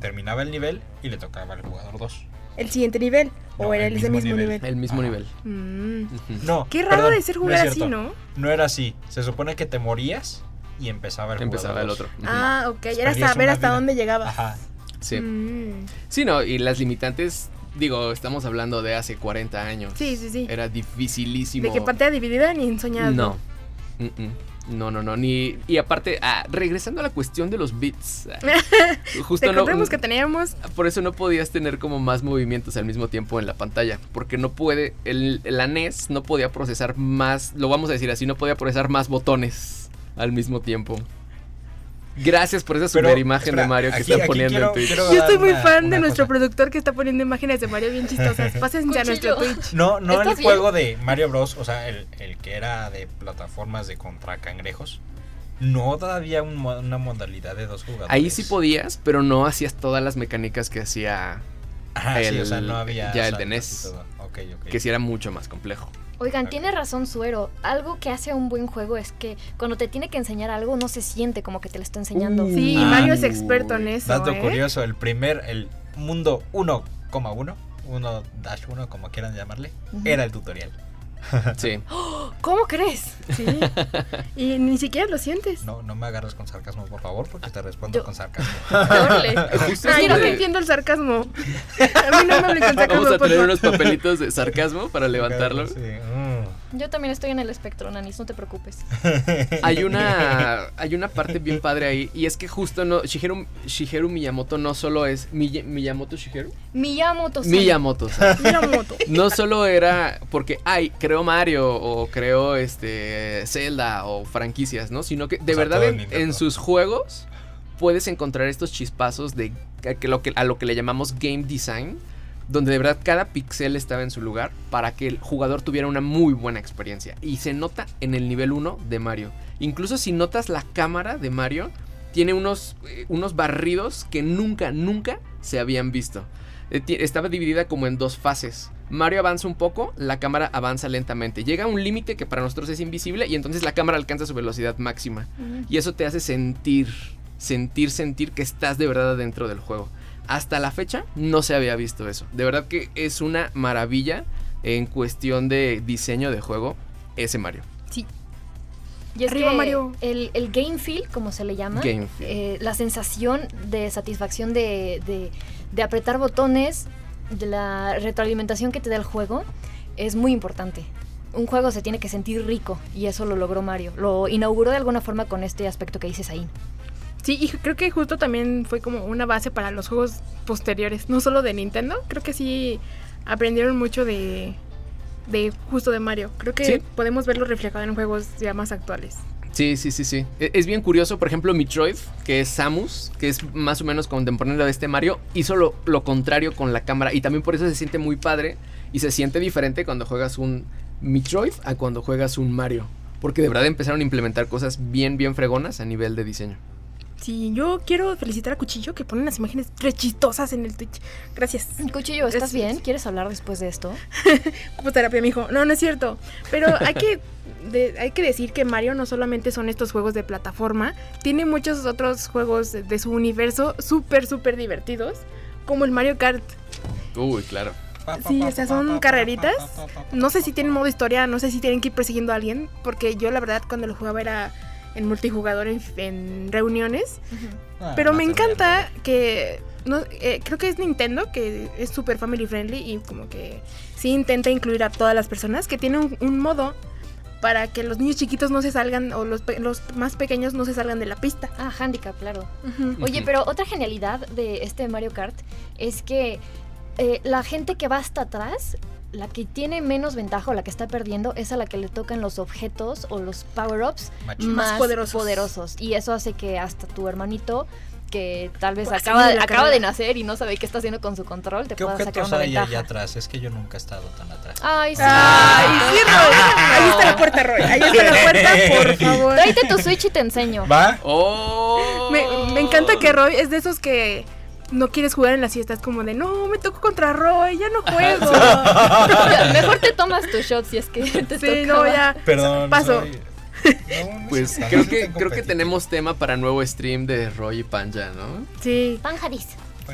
terminaba el nivel y le tocaba al jugador 2. El siguiente nivel. No, o era el el ese mismo mismo nivel. El mismo Ajá. nivel. Mm. Ujú. No, Qué raro perdón, de ser no jugar es así, cierto. ¿no? No era así, se supone que te morías y empezaba el Empezaba jugador el dos. otro. Ujú. Ah, ok. Era Perdías saber una hasta vida. dónde llegabas. Ajá. Sí. Mm. Sí, no, y las limitantes, digo, estamos hablando de hace 40 años. Sí, sí, sí. Era dificilísimo. De que pantalla dividida ni ensoñado. No. Mm, mm. No, no, no, ni... Y aparte, ah, regresando a la cuestión de los [laughs] bits. ah, justo no... mm, Recordemos que teníamos. Por eso no podías tener como más movimientos al mismo tiempo en la pantalla. Porque no puede... El, la NES no podía procesar más... Lo vamos a decir así, no podía procesar más botones al mismo tiempo. Gracias por esa Pero, super imagen espera, de Mario que aquí- están aquí poniendo quiero- en Twitch. quiero Yo estoy dar muy una- fan una de nuestro cosa. productor que está poniendo imágenes de Mario bien chistosas. Pásense a nuestro Cuchillo. [laughs] Twitch. No, no el ¿Estás bien? juego de Mario Bros, o sea, el, el que era de plataformas de contra cangrejos. No había un mo- una modalidad de dos jugadores. Ahí sí podías, pero no hacías todas las mecánicas que hacía... Ajá, sí, o sea, el- no había ya el saltos de y NES. todo. Ok, ok. Que sí era mucho más [laughs] complejo. Ah. Oigan, tiene razón Suero. Algo que hace a un buen juego es que cuando te tiene que enseñar algo no se siente como que te lo está enseñando. Sí, Ah. Mario es experto en eso. Dato ¿eh? curioso, el primer, el mundo 1,1, 1 dash 1, como quieran llamarle, Ujú. era el tutorial. [laughs] Sí. ¿Cómo crees? Sí. Y ni siquiera lo sientes. No, no me agarres con sarcasmo, por favor, porque te respondo Yo- con [laughs] sarcasmo. Órale. Justo Ay, no de- te entiendo el sarcasmo. A mí no me hablen con sarcasmo, Vamos a por tener favor. unos papelitos de sarcasmo para levantarlo. Sí, mm. Yo también estoy en el espectro, Nanis, no te [laughs] preocupes. Hay una, hay una parte bien padre ahí. Y es que justo no, Shigeru, Shigeru Miyamoto no solo es. Miy- ¿Miyamoto Shigeru? Miyamoto. Miyamoto. o sea, Mira moto. No solo era porque, ay, creo Mario o creo este Zelda o franquicias, ¿no? Sino que de O sea, verdad todo en, Nintendo. en sus juegos puedes encontrar estos chispazos de a, que lo que, a lo que le llamamos game design, donde de verdad cada pixel estaba en su lugar para que el jugador tuviera una muy buena experiencia. Y se nota en el nivel 1 de Mario. Incluso si notas la cámara de Mario, tiene unos, eh, unos barridos que nunca, nunca se habían visto. Eh, ti- Estaba dividida como en dos fases. Mario avanza un poco, la cámara avanza lentamente. Llega a un límite que para nosotros es invisible y entonces la cámara alcanza su velocidad máxima. Y eso te hace sentir, sentir, sentir que estás de verdad adentro del juego. Hasta la fecha no se había visto eso. De verdad que es una maravilla en cuestión de diseño de juego ese Mario. Y es Arriba, que Mario. El, el game feel, como se le llama, Game feel. eh, la sensación de satisfacción de, de- de apretar botones, de la retroalimentación que te da el juego, es muy importante. Un juego se tiene que sentir rico y eso lo logró Mario. Lo inauguró de alguna forma con este aspecto que dices ahí. Sí, y creo que justo también fue como una base para los juegos posteriores, no solo de Nintendo, creo que sí aprendieron mucho de, de justo de Mario. Creo que Sí. podemos verlo reflejado en juegos ya más actuales. Sí, sí, sí, sí. E- Es bien curioso, por ejemplo, Metroid, que es Samus, que es más o menos contemporáneo de este Mario, hizo lo, lo contrario con la cámara y también por eso se siente muy padre y se siente diferente cuando juegas un Metroid a cuando juegas un Mario. Porque de verdad empezaron a implementar cosas bien, bien fregonas a nivel de diseño. Sí, yo quiero felicitar a Cuchillo que pone las imágenes re chistosas en el Twitch. Gracias. Cuchillo, ¿estás Es- bien? ¿Quieres hablar después de esto? Como terapia, mijo. No, no es cierto. Pero hay que, de- hay que decir que Mario no solamente son estos juegos de plataforma, tiene muchos otros juegos de, de su universo súper, súper divertidos, como el Mario Kart. Uy, claro. Sí, o sea, son carreritas. No sé si tienen modo historia, no sé si tienen que ir persiguiendo a alguien, porque yo la verdad cuando lo jugaba era en multijugador, en, en reuniones. Ah, Pero me no te encanta que... No, eh, creo que es Nintendo, que es súper family friendly y como que sí intenta incluir a todas las personas, que tiene un, un modo para que los niños chiquitos no se salgan o los, pe- los más pequeños no se salgan de la pista. Ah, handicap, claro. Ujú. Oye, Ujú. pero otra genialidad de este Mario Kart es que eh, la gente que va hasta atrás, la que tiene menos ventaja o la que está perdiendo, es a la que le tocan los objetos o los power-ups Machi- más, poderosos. poderosos. Y eso hace que hasta tu hermanito, que tal vez Pueda acaba, seguir la acaba carrera. de nacer y no sabe qué está haciendo con su control, te ¿Qué pueda sacar objetos una hay ventaja. allá atrás? Es que yo nunca he estado tan atrás. Ah, Ay, sí. Ay, sí, Roy. Ahí está la puerta, Roy. Ahí está la [laughs] puerta, por favor. Tráete tu Switch y te enseño. ¿Va? ¡Oh! Me, me encanta que Roy es de esos que no quieres jugar en las fiestas, como de no, me tocó contra Roy, ya no juego. [laughs] [laughs] Mejor te tomas tu shot si es que [laughs] te sí, tocaba. no, ya. Perdón. Paso. [laughs] soy- No, no Pues soy tan- creo que, creo no soy tan que competitivo. tenemos tema para nuevo stream de Roy y Panja, ¿no? Sí. Panjaris.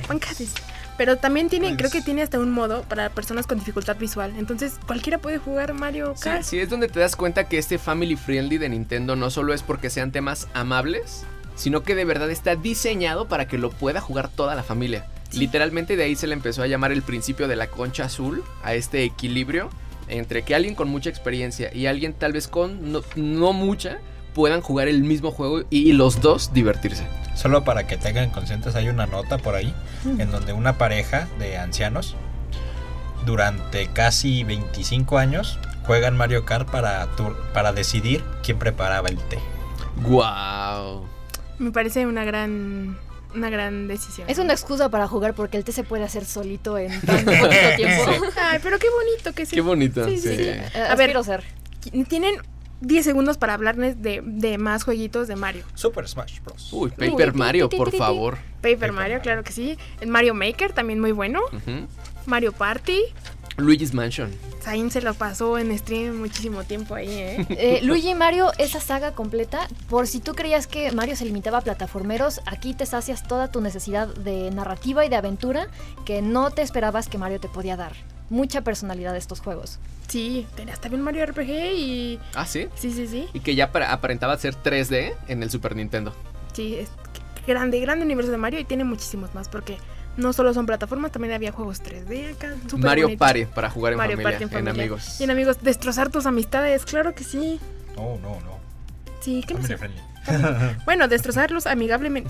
Pancadis. Pero también tiene, Pues- creo que tiene hasta un modo para personas con dificultad visual. Entonces, cualquiera puede jugar Mario Sí, Kart. sí, es donde te das cuenta que este family friendly de Nintendo no solo es porque sean temas amables, sino que de verdad está diseñado para que lo pueda jugar toda la familia. Literalmente de ahí se le empezó a llamar el principio de la concha azul, a este equilibrio entre que alguien con mucha experiencia y alguien tal vez con no, no mucha puedan jugar el mismo juego y, y los dos divertirse. Solo para que tengan conscientes, hay una nota por ahí Mm. en donde una pareja de ancianos durante casi 25 años juegan Mario Kart para, tur- para decidir quién preparaba el té. ¡Guau! Me parece una gran, una gran decisión. Es una excusa para jugar porque el té se puede hacer solito en [laughs] tan poquito tiempo. Eh, Ay, pero qué bonito que se Qué bonito. Sí, sí, sí. sí. A A ver. ver, ser. Tienen 10 segundos para hablarles de, de más jueguitos de Mario. Super Smash Bros. Uy, Uy, ti, Paper ti, Mario, ti, por ti, ti. favor. Paper Mario, claro que sí. El Mario Maker, también muy bueno. Ujú. Mario Party. Luigi's Mansion. Zain se lo pasó en stream muchísimo tiempo ahí, ¿eh? [laughs] Eh, Luigi y Mario, esa saga completa, por si tú creías que Mario se limitaba a plataformeros, aquí te sacias toda tu necesidad de narrativa y de aventura que no te esperabas que Mario te podía dar. Mucha personalidad de estos juegos. Sí, tenías también Mario RPG y... Ah, sí. Sí, sí, sí. Y que ya para- aparentaba ser 3D en el Super Nintendo. Sí, es que- que grande, grande universo de Mario y tiene muchísimos más porque no solo son plataformas, también había juegos 3D acá. súper Mario bonito. Party para jugar en Mario familia, Party en en, familia. amigos. Y en amigos, destrozar tus amistades, claro que sí. No, no, no. Sí, ¿qué más? Family friendly. Bueno, destrozarlos [laughs] amigablemente.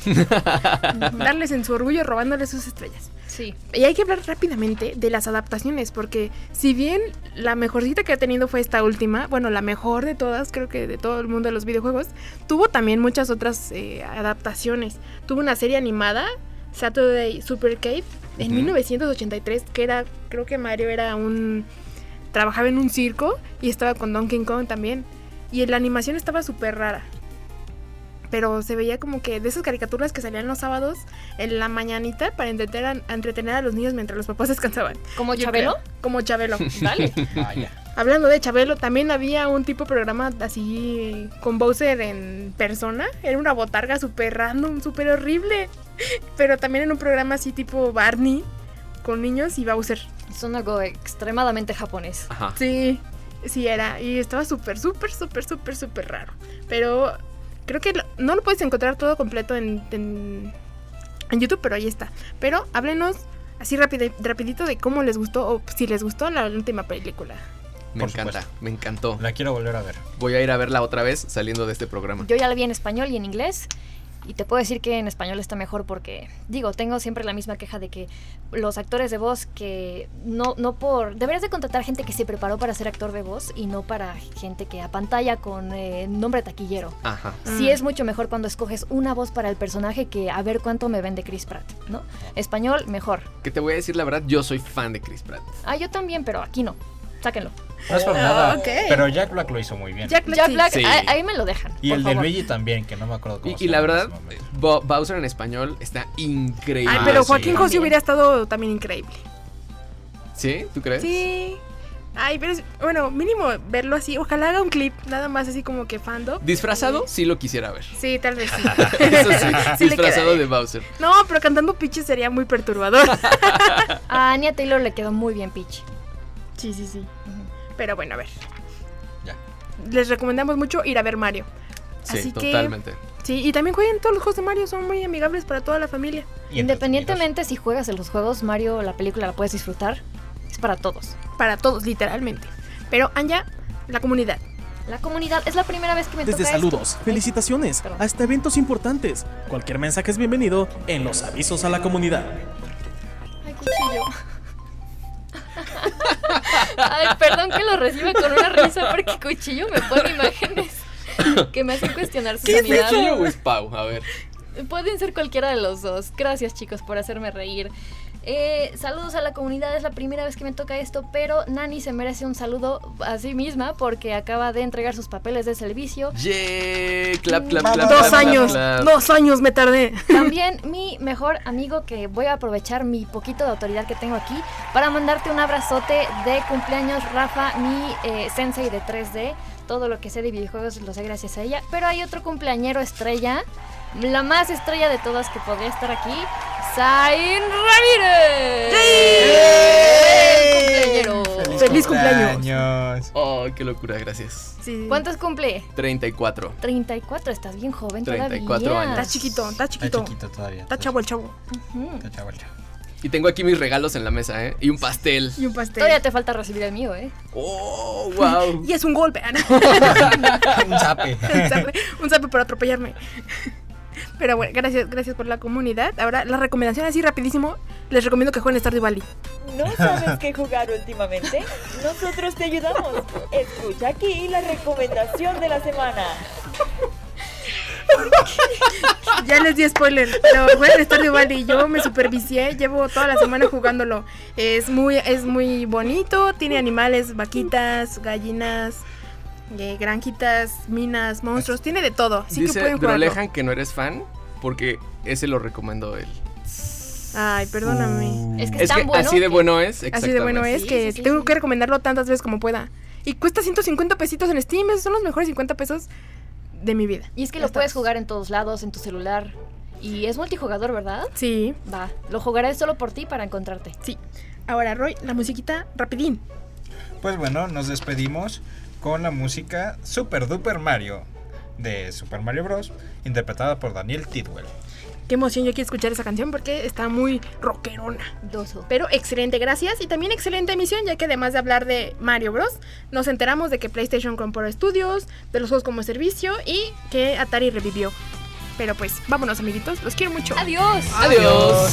Darles en su orgullo robándoles sus estrellas. Sí. Y hay que hablar rápidamente de las adaptaciones, porque si bien la mejorcita que ha tenido fue esta última, bueno, la mejor de todas, creo que de todo el mundo de los videojuegos, tuvo también muchas otras eh, adaptaciones. Tuvo una serie animada, Saturday Super Cave, en Ujú. 1983, que era, creo que Mario era un... trabajaba en un circo y estaba con Donkey Kong también. Y la animación estaba súper rara. Pero se veía como que de esas caricaturas que salían los sábados en la mañanita para entretener a, a entretener a los niños mientras los papás [laughs] descansaban. Como Yo Chabelo. creo. Como Chabelo. Vale. [laughs] Vaya. Hablando de Chabelo, también había un tipo de programa así con Bowser en persona. Era una botarga súper random, súper horrible. Pero también en un programa así tipo Barney con niños y Bowser. Son algo extremadamente japonés. Ajá. Sí, sí era. Y estaba súper, súper, súper, súper, súper raro. Pero creo que lo- no lo puedes encontrar todo completo en, en, en YouTube, pero ahí está. Pero háblenos así rápido, rapidito de cómo les gustó o si les gustó la última película. Me Por encanta, supuesto. me encantó. La quiero volver a ver. Ah, Voy a ir a verla otra vez saliendo de este programa. Yo ya la vi en español y en inglés. Y te puedo decir que en español está mejor porque, digo, tengo siempre la misma queja de que los actores de voz que no, no por... Deberías de contratar gente que se preparó para ser actor de voz y no para gente que apantalla con eh, nombre taquillero. Ajá. Sí Mm. es mucho mejor cuando escoges una voz para el personaje que a ver cuánto me vende Chris Pratt, ¿no? Español, mejor. Que te voy a decir la verdad, yo soy fan de Chris Pratt. Ah, yo también, pero aquí no. Sáquenlo. No es por Ah, nada, ok. pero Jack Black lo hizo muy bien. Jack Black, Jack sí. Black, Sí. a- ahí me lo dejan. y por el favor. de Luigi también, que no me acuerdo cómo Y, se y la llama en verdad, ese momento. eh, Bo- Bowser en español está increíble. Ay, Ah, pero sí. Joaquín José También. hubiera estado también increíble. ¿Sí? ¿Tú crees? Sí. Ay, pero es- bueno, mínimo verlo así. Ojalá haga un clip, nada más así como que fando. Disfrazado, sí lo quisiera ver. Sí, tal vez sí. [laughs] Eso sí, [laughs] Sí le disfrazado quedaría. de Bowser. No, pero cantando piches sería muy perturbador. A Anya Taylor le quedó muy bien Peach. Sí, sí, sí. Pero bueno, a ver. Ya. Les recomendamos mucho ir a ver Mario. Sí, Así que- totalmente. Sí, y también jueguen todos los juegos de Mario, son muy amigables para toda la familia. Y Independientemente si juegas en los juegos, Mario, la película la puedes disfrutar. Es para todos. Para todos, literalmente. Pero Anya, la comunidad. La comunidad es la primera vez que me Desde toca saludos, esto. felicitaciones, Perdón. hasta eventos importantes. Cualquier mensaje es bienvenido en los avisos a la comunidad. Ay, cuchillo. [laughs] Ay, perdón que lo reciba con una risa porque cuchillo me pone imágenes que me hacen cuestionar su sanidad. ¿Cuchillo o es Pau? A ver. Pueden ser cualquiera de los dos. Gracias, chicos, por hacerme reír. Eh, saludos a la comunidad, es la primera vez que me toca esto, pero Nani se merece un saludo a sí misma porque acaba de entregar sus papeles de servicio. Yeah, clap, clap, clap. Dos clap, años, clap, clap. dos años me tardé. También mi mejor amigo que voy a aprovechar mi poquito de autoridad que tengo aquí para mandarte un abrazote de cumpleaños, Rafa, mi eh, sensei de 3D. Todo lo que sé de videojuegos lo sé gracias a ella. Pero hay otro cumpleañero estrella, la más estrella de todas que podría estar aquí. Zain Ramírez. Cumpleañero. Feliz Oh. cumpleaños. cumpleaños. Oh, qué locura, gracias. Sí. ¿Cuántos cumple? 34. 34, estás bien joven 34 todavía. años. Está chiquito, está Está chiquito. chiquito todavía. Está chavo el chavo. Ujú. Está chavo el chavo. Y tengo aquí mis regalos en la mesa, ¿eh? Y un pastel. Y un pastel. Todavía te falta recibir el mío, ¿eh? Oh, wow. Y es un golpe. [laughs] Ana. [laughs] Un zape. Un zape- un sapo para atropellarme. Pero bueno, gracias, gracias por la comunidad. Ahora, la recomendación así rapidísimo, les recomiendo que jueguen Stardew Valley. ¿No sabes qué jugar últimamente? Nosotros te ayudamos. Escucha aquí la recomendación de la semana. Ya les di spoiler, pero jueguen Stardew Valley. Yo me supervicié, llevo toda la semana jugándolo. Es muy, es muy bonito, tiene animales, vaquitas, gallinas, eh, granjitas, minas, monstruos, tiene de todo. Así que Dice pueden jugarlo. Drolejan que no eres fan porque ese lo recomendó él. Ay, perdóname. Es que Es tan que bueno así de que- bueno es, Así de bueno exactamente. es Sí, que sí, sí, tengo sí. que recomendarlo tantas veces como pueda. Y cuesta 150 pesitos en Steam, esos son los mejores 50 pesos de mi vida. Y es que Ya lo puedes estamos. jugar en todos lados, en tu celular. Y es multijugador, ¿verdad? Sí. Va, lo jugaré solo por ti para encontrarte. Ahora, Roy, la musiquita rapidín. Pues bueno, nos despedimos con la música Super Duper Mario de Super Mario Bros. interpretada por Daniel Tidwell. Qué emoción, yo quiero escuchar esa canción porque está muy rockerona. Doso. Pero excelente, gracias. Y también excelente emisión, ya que además de hablar de Mario Bros, nos enteramos de que PlayStation compró estudios, de los juegos como servicio y que Atari revivió. Pero pues, vámonos, amiguitos. Los quiero mucho. ¡Adiós! Adiós.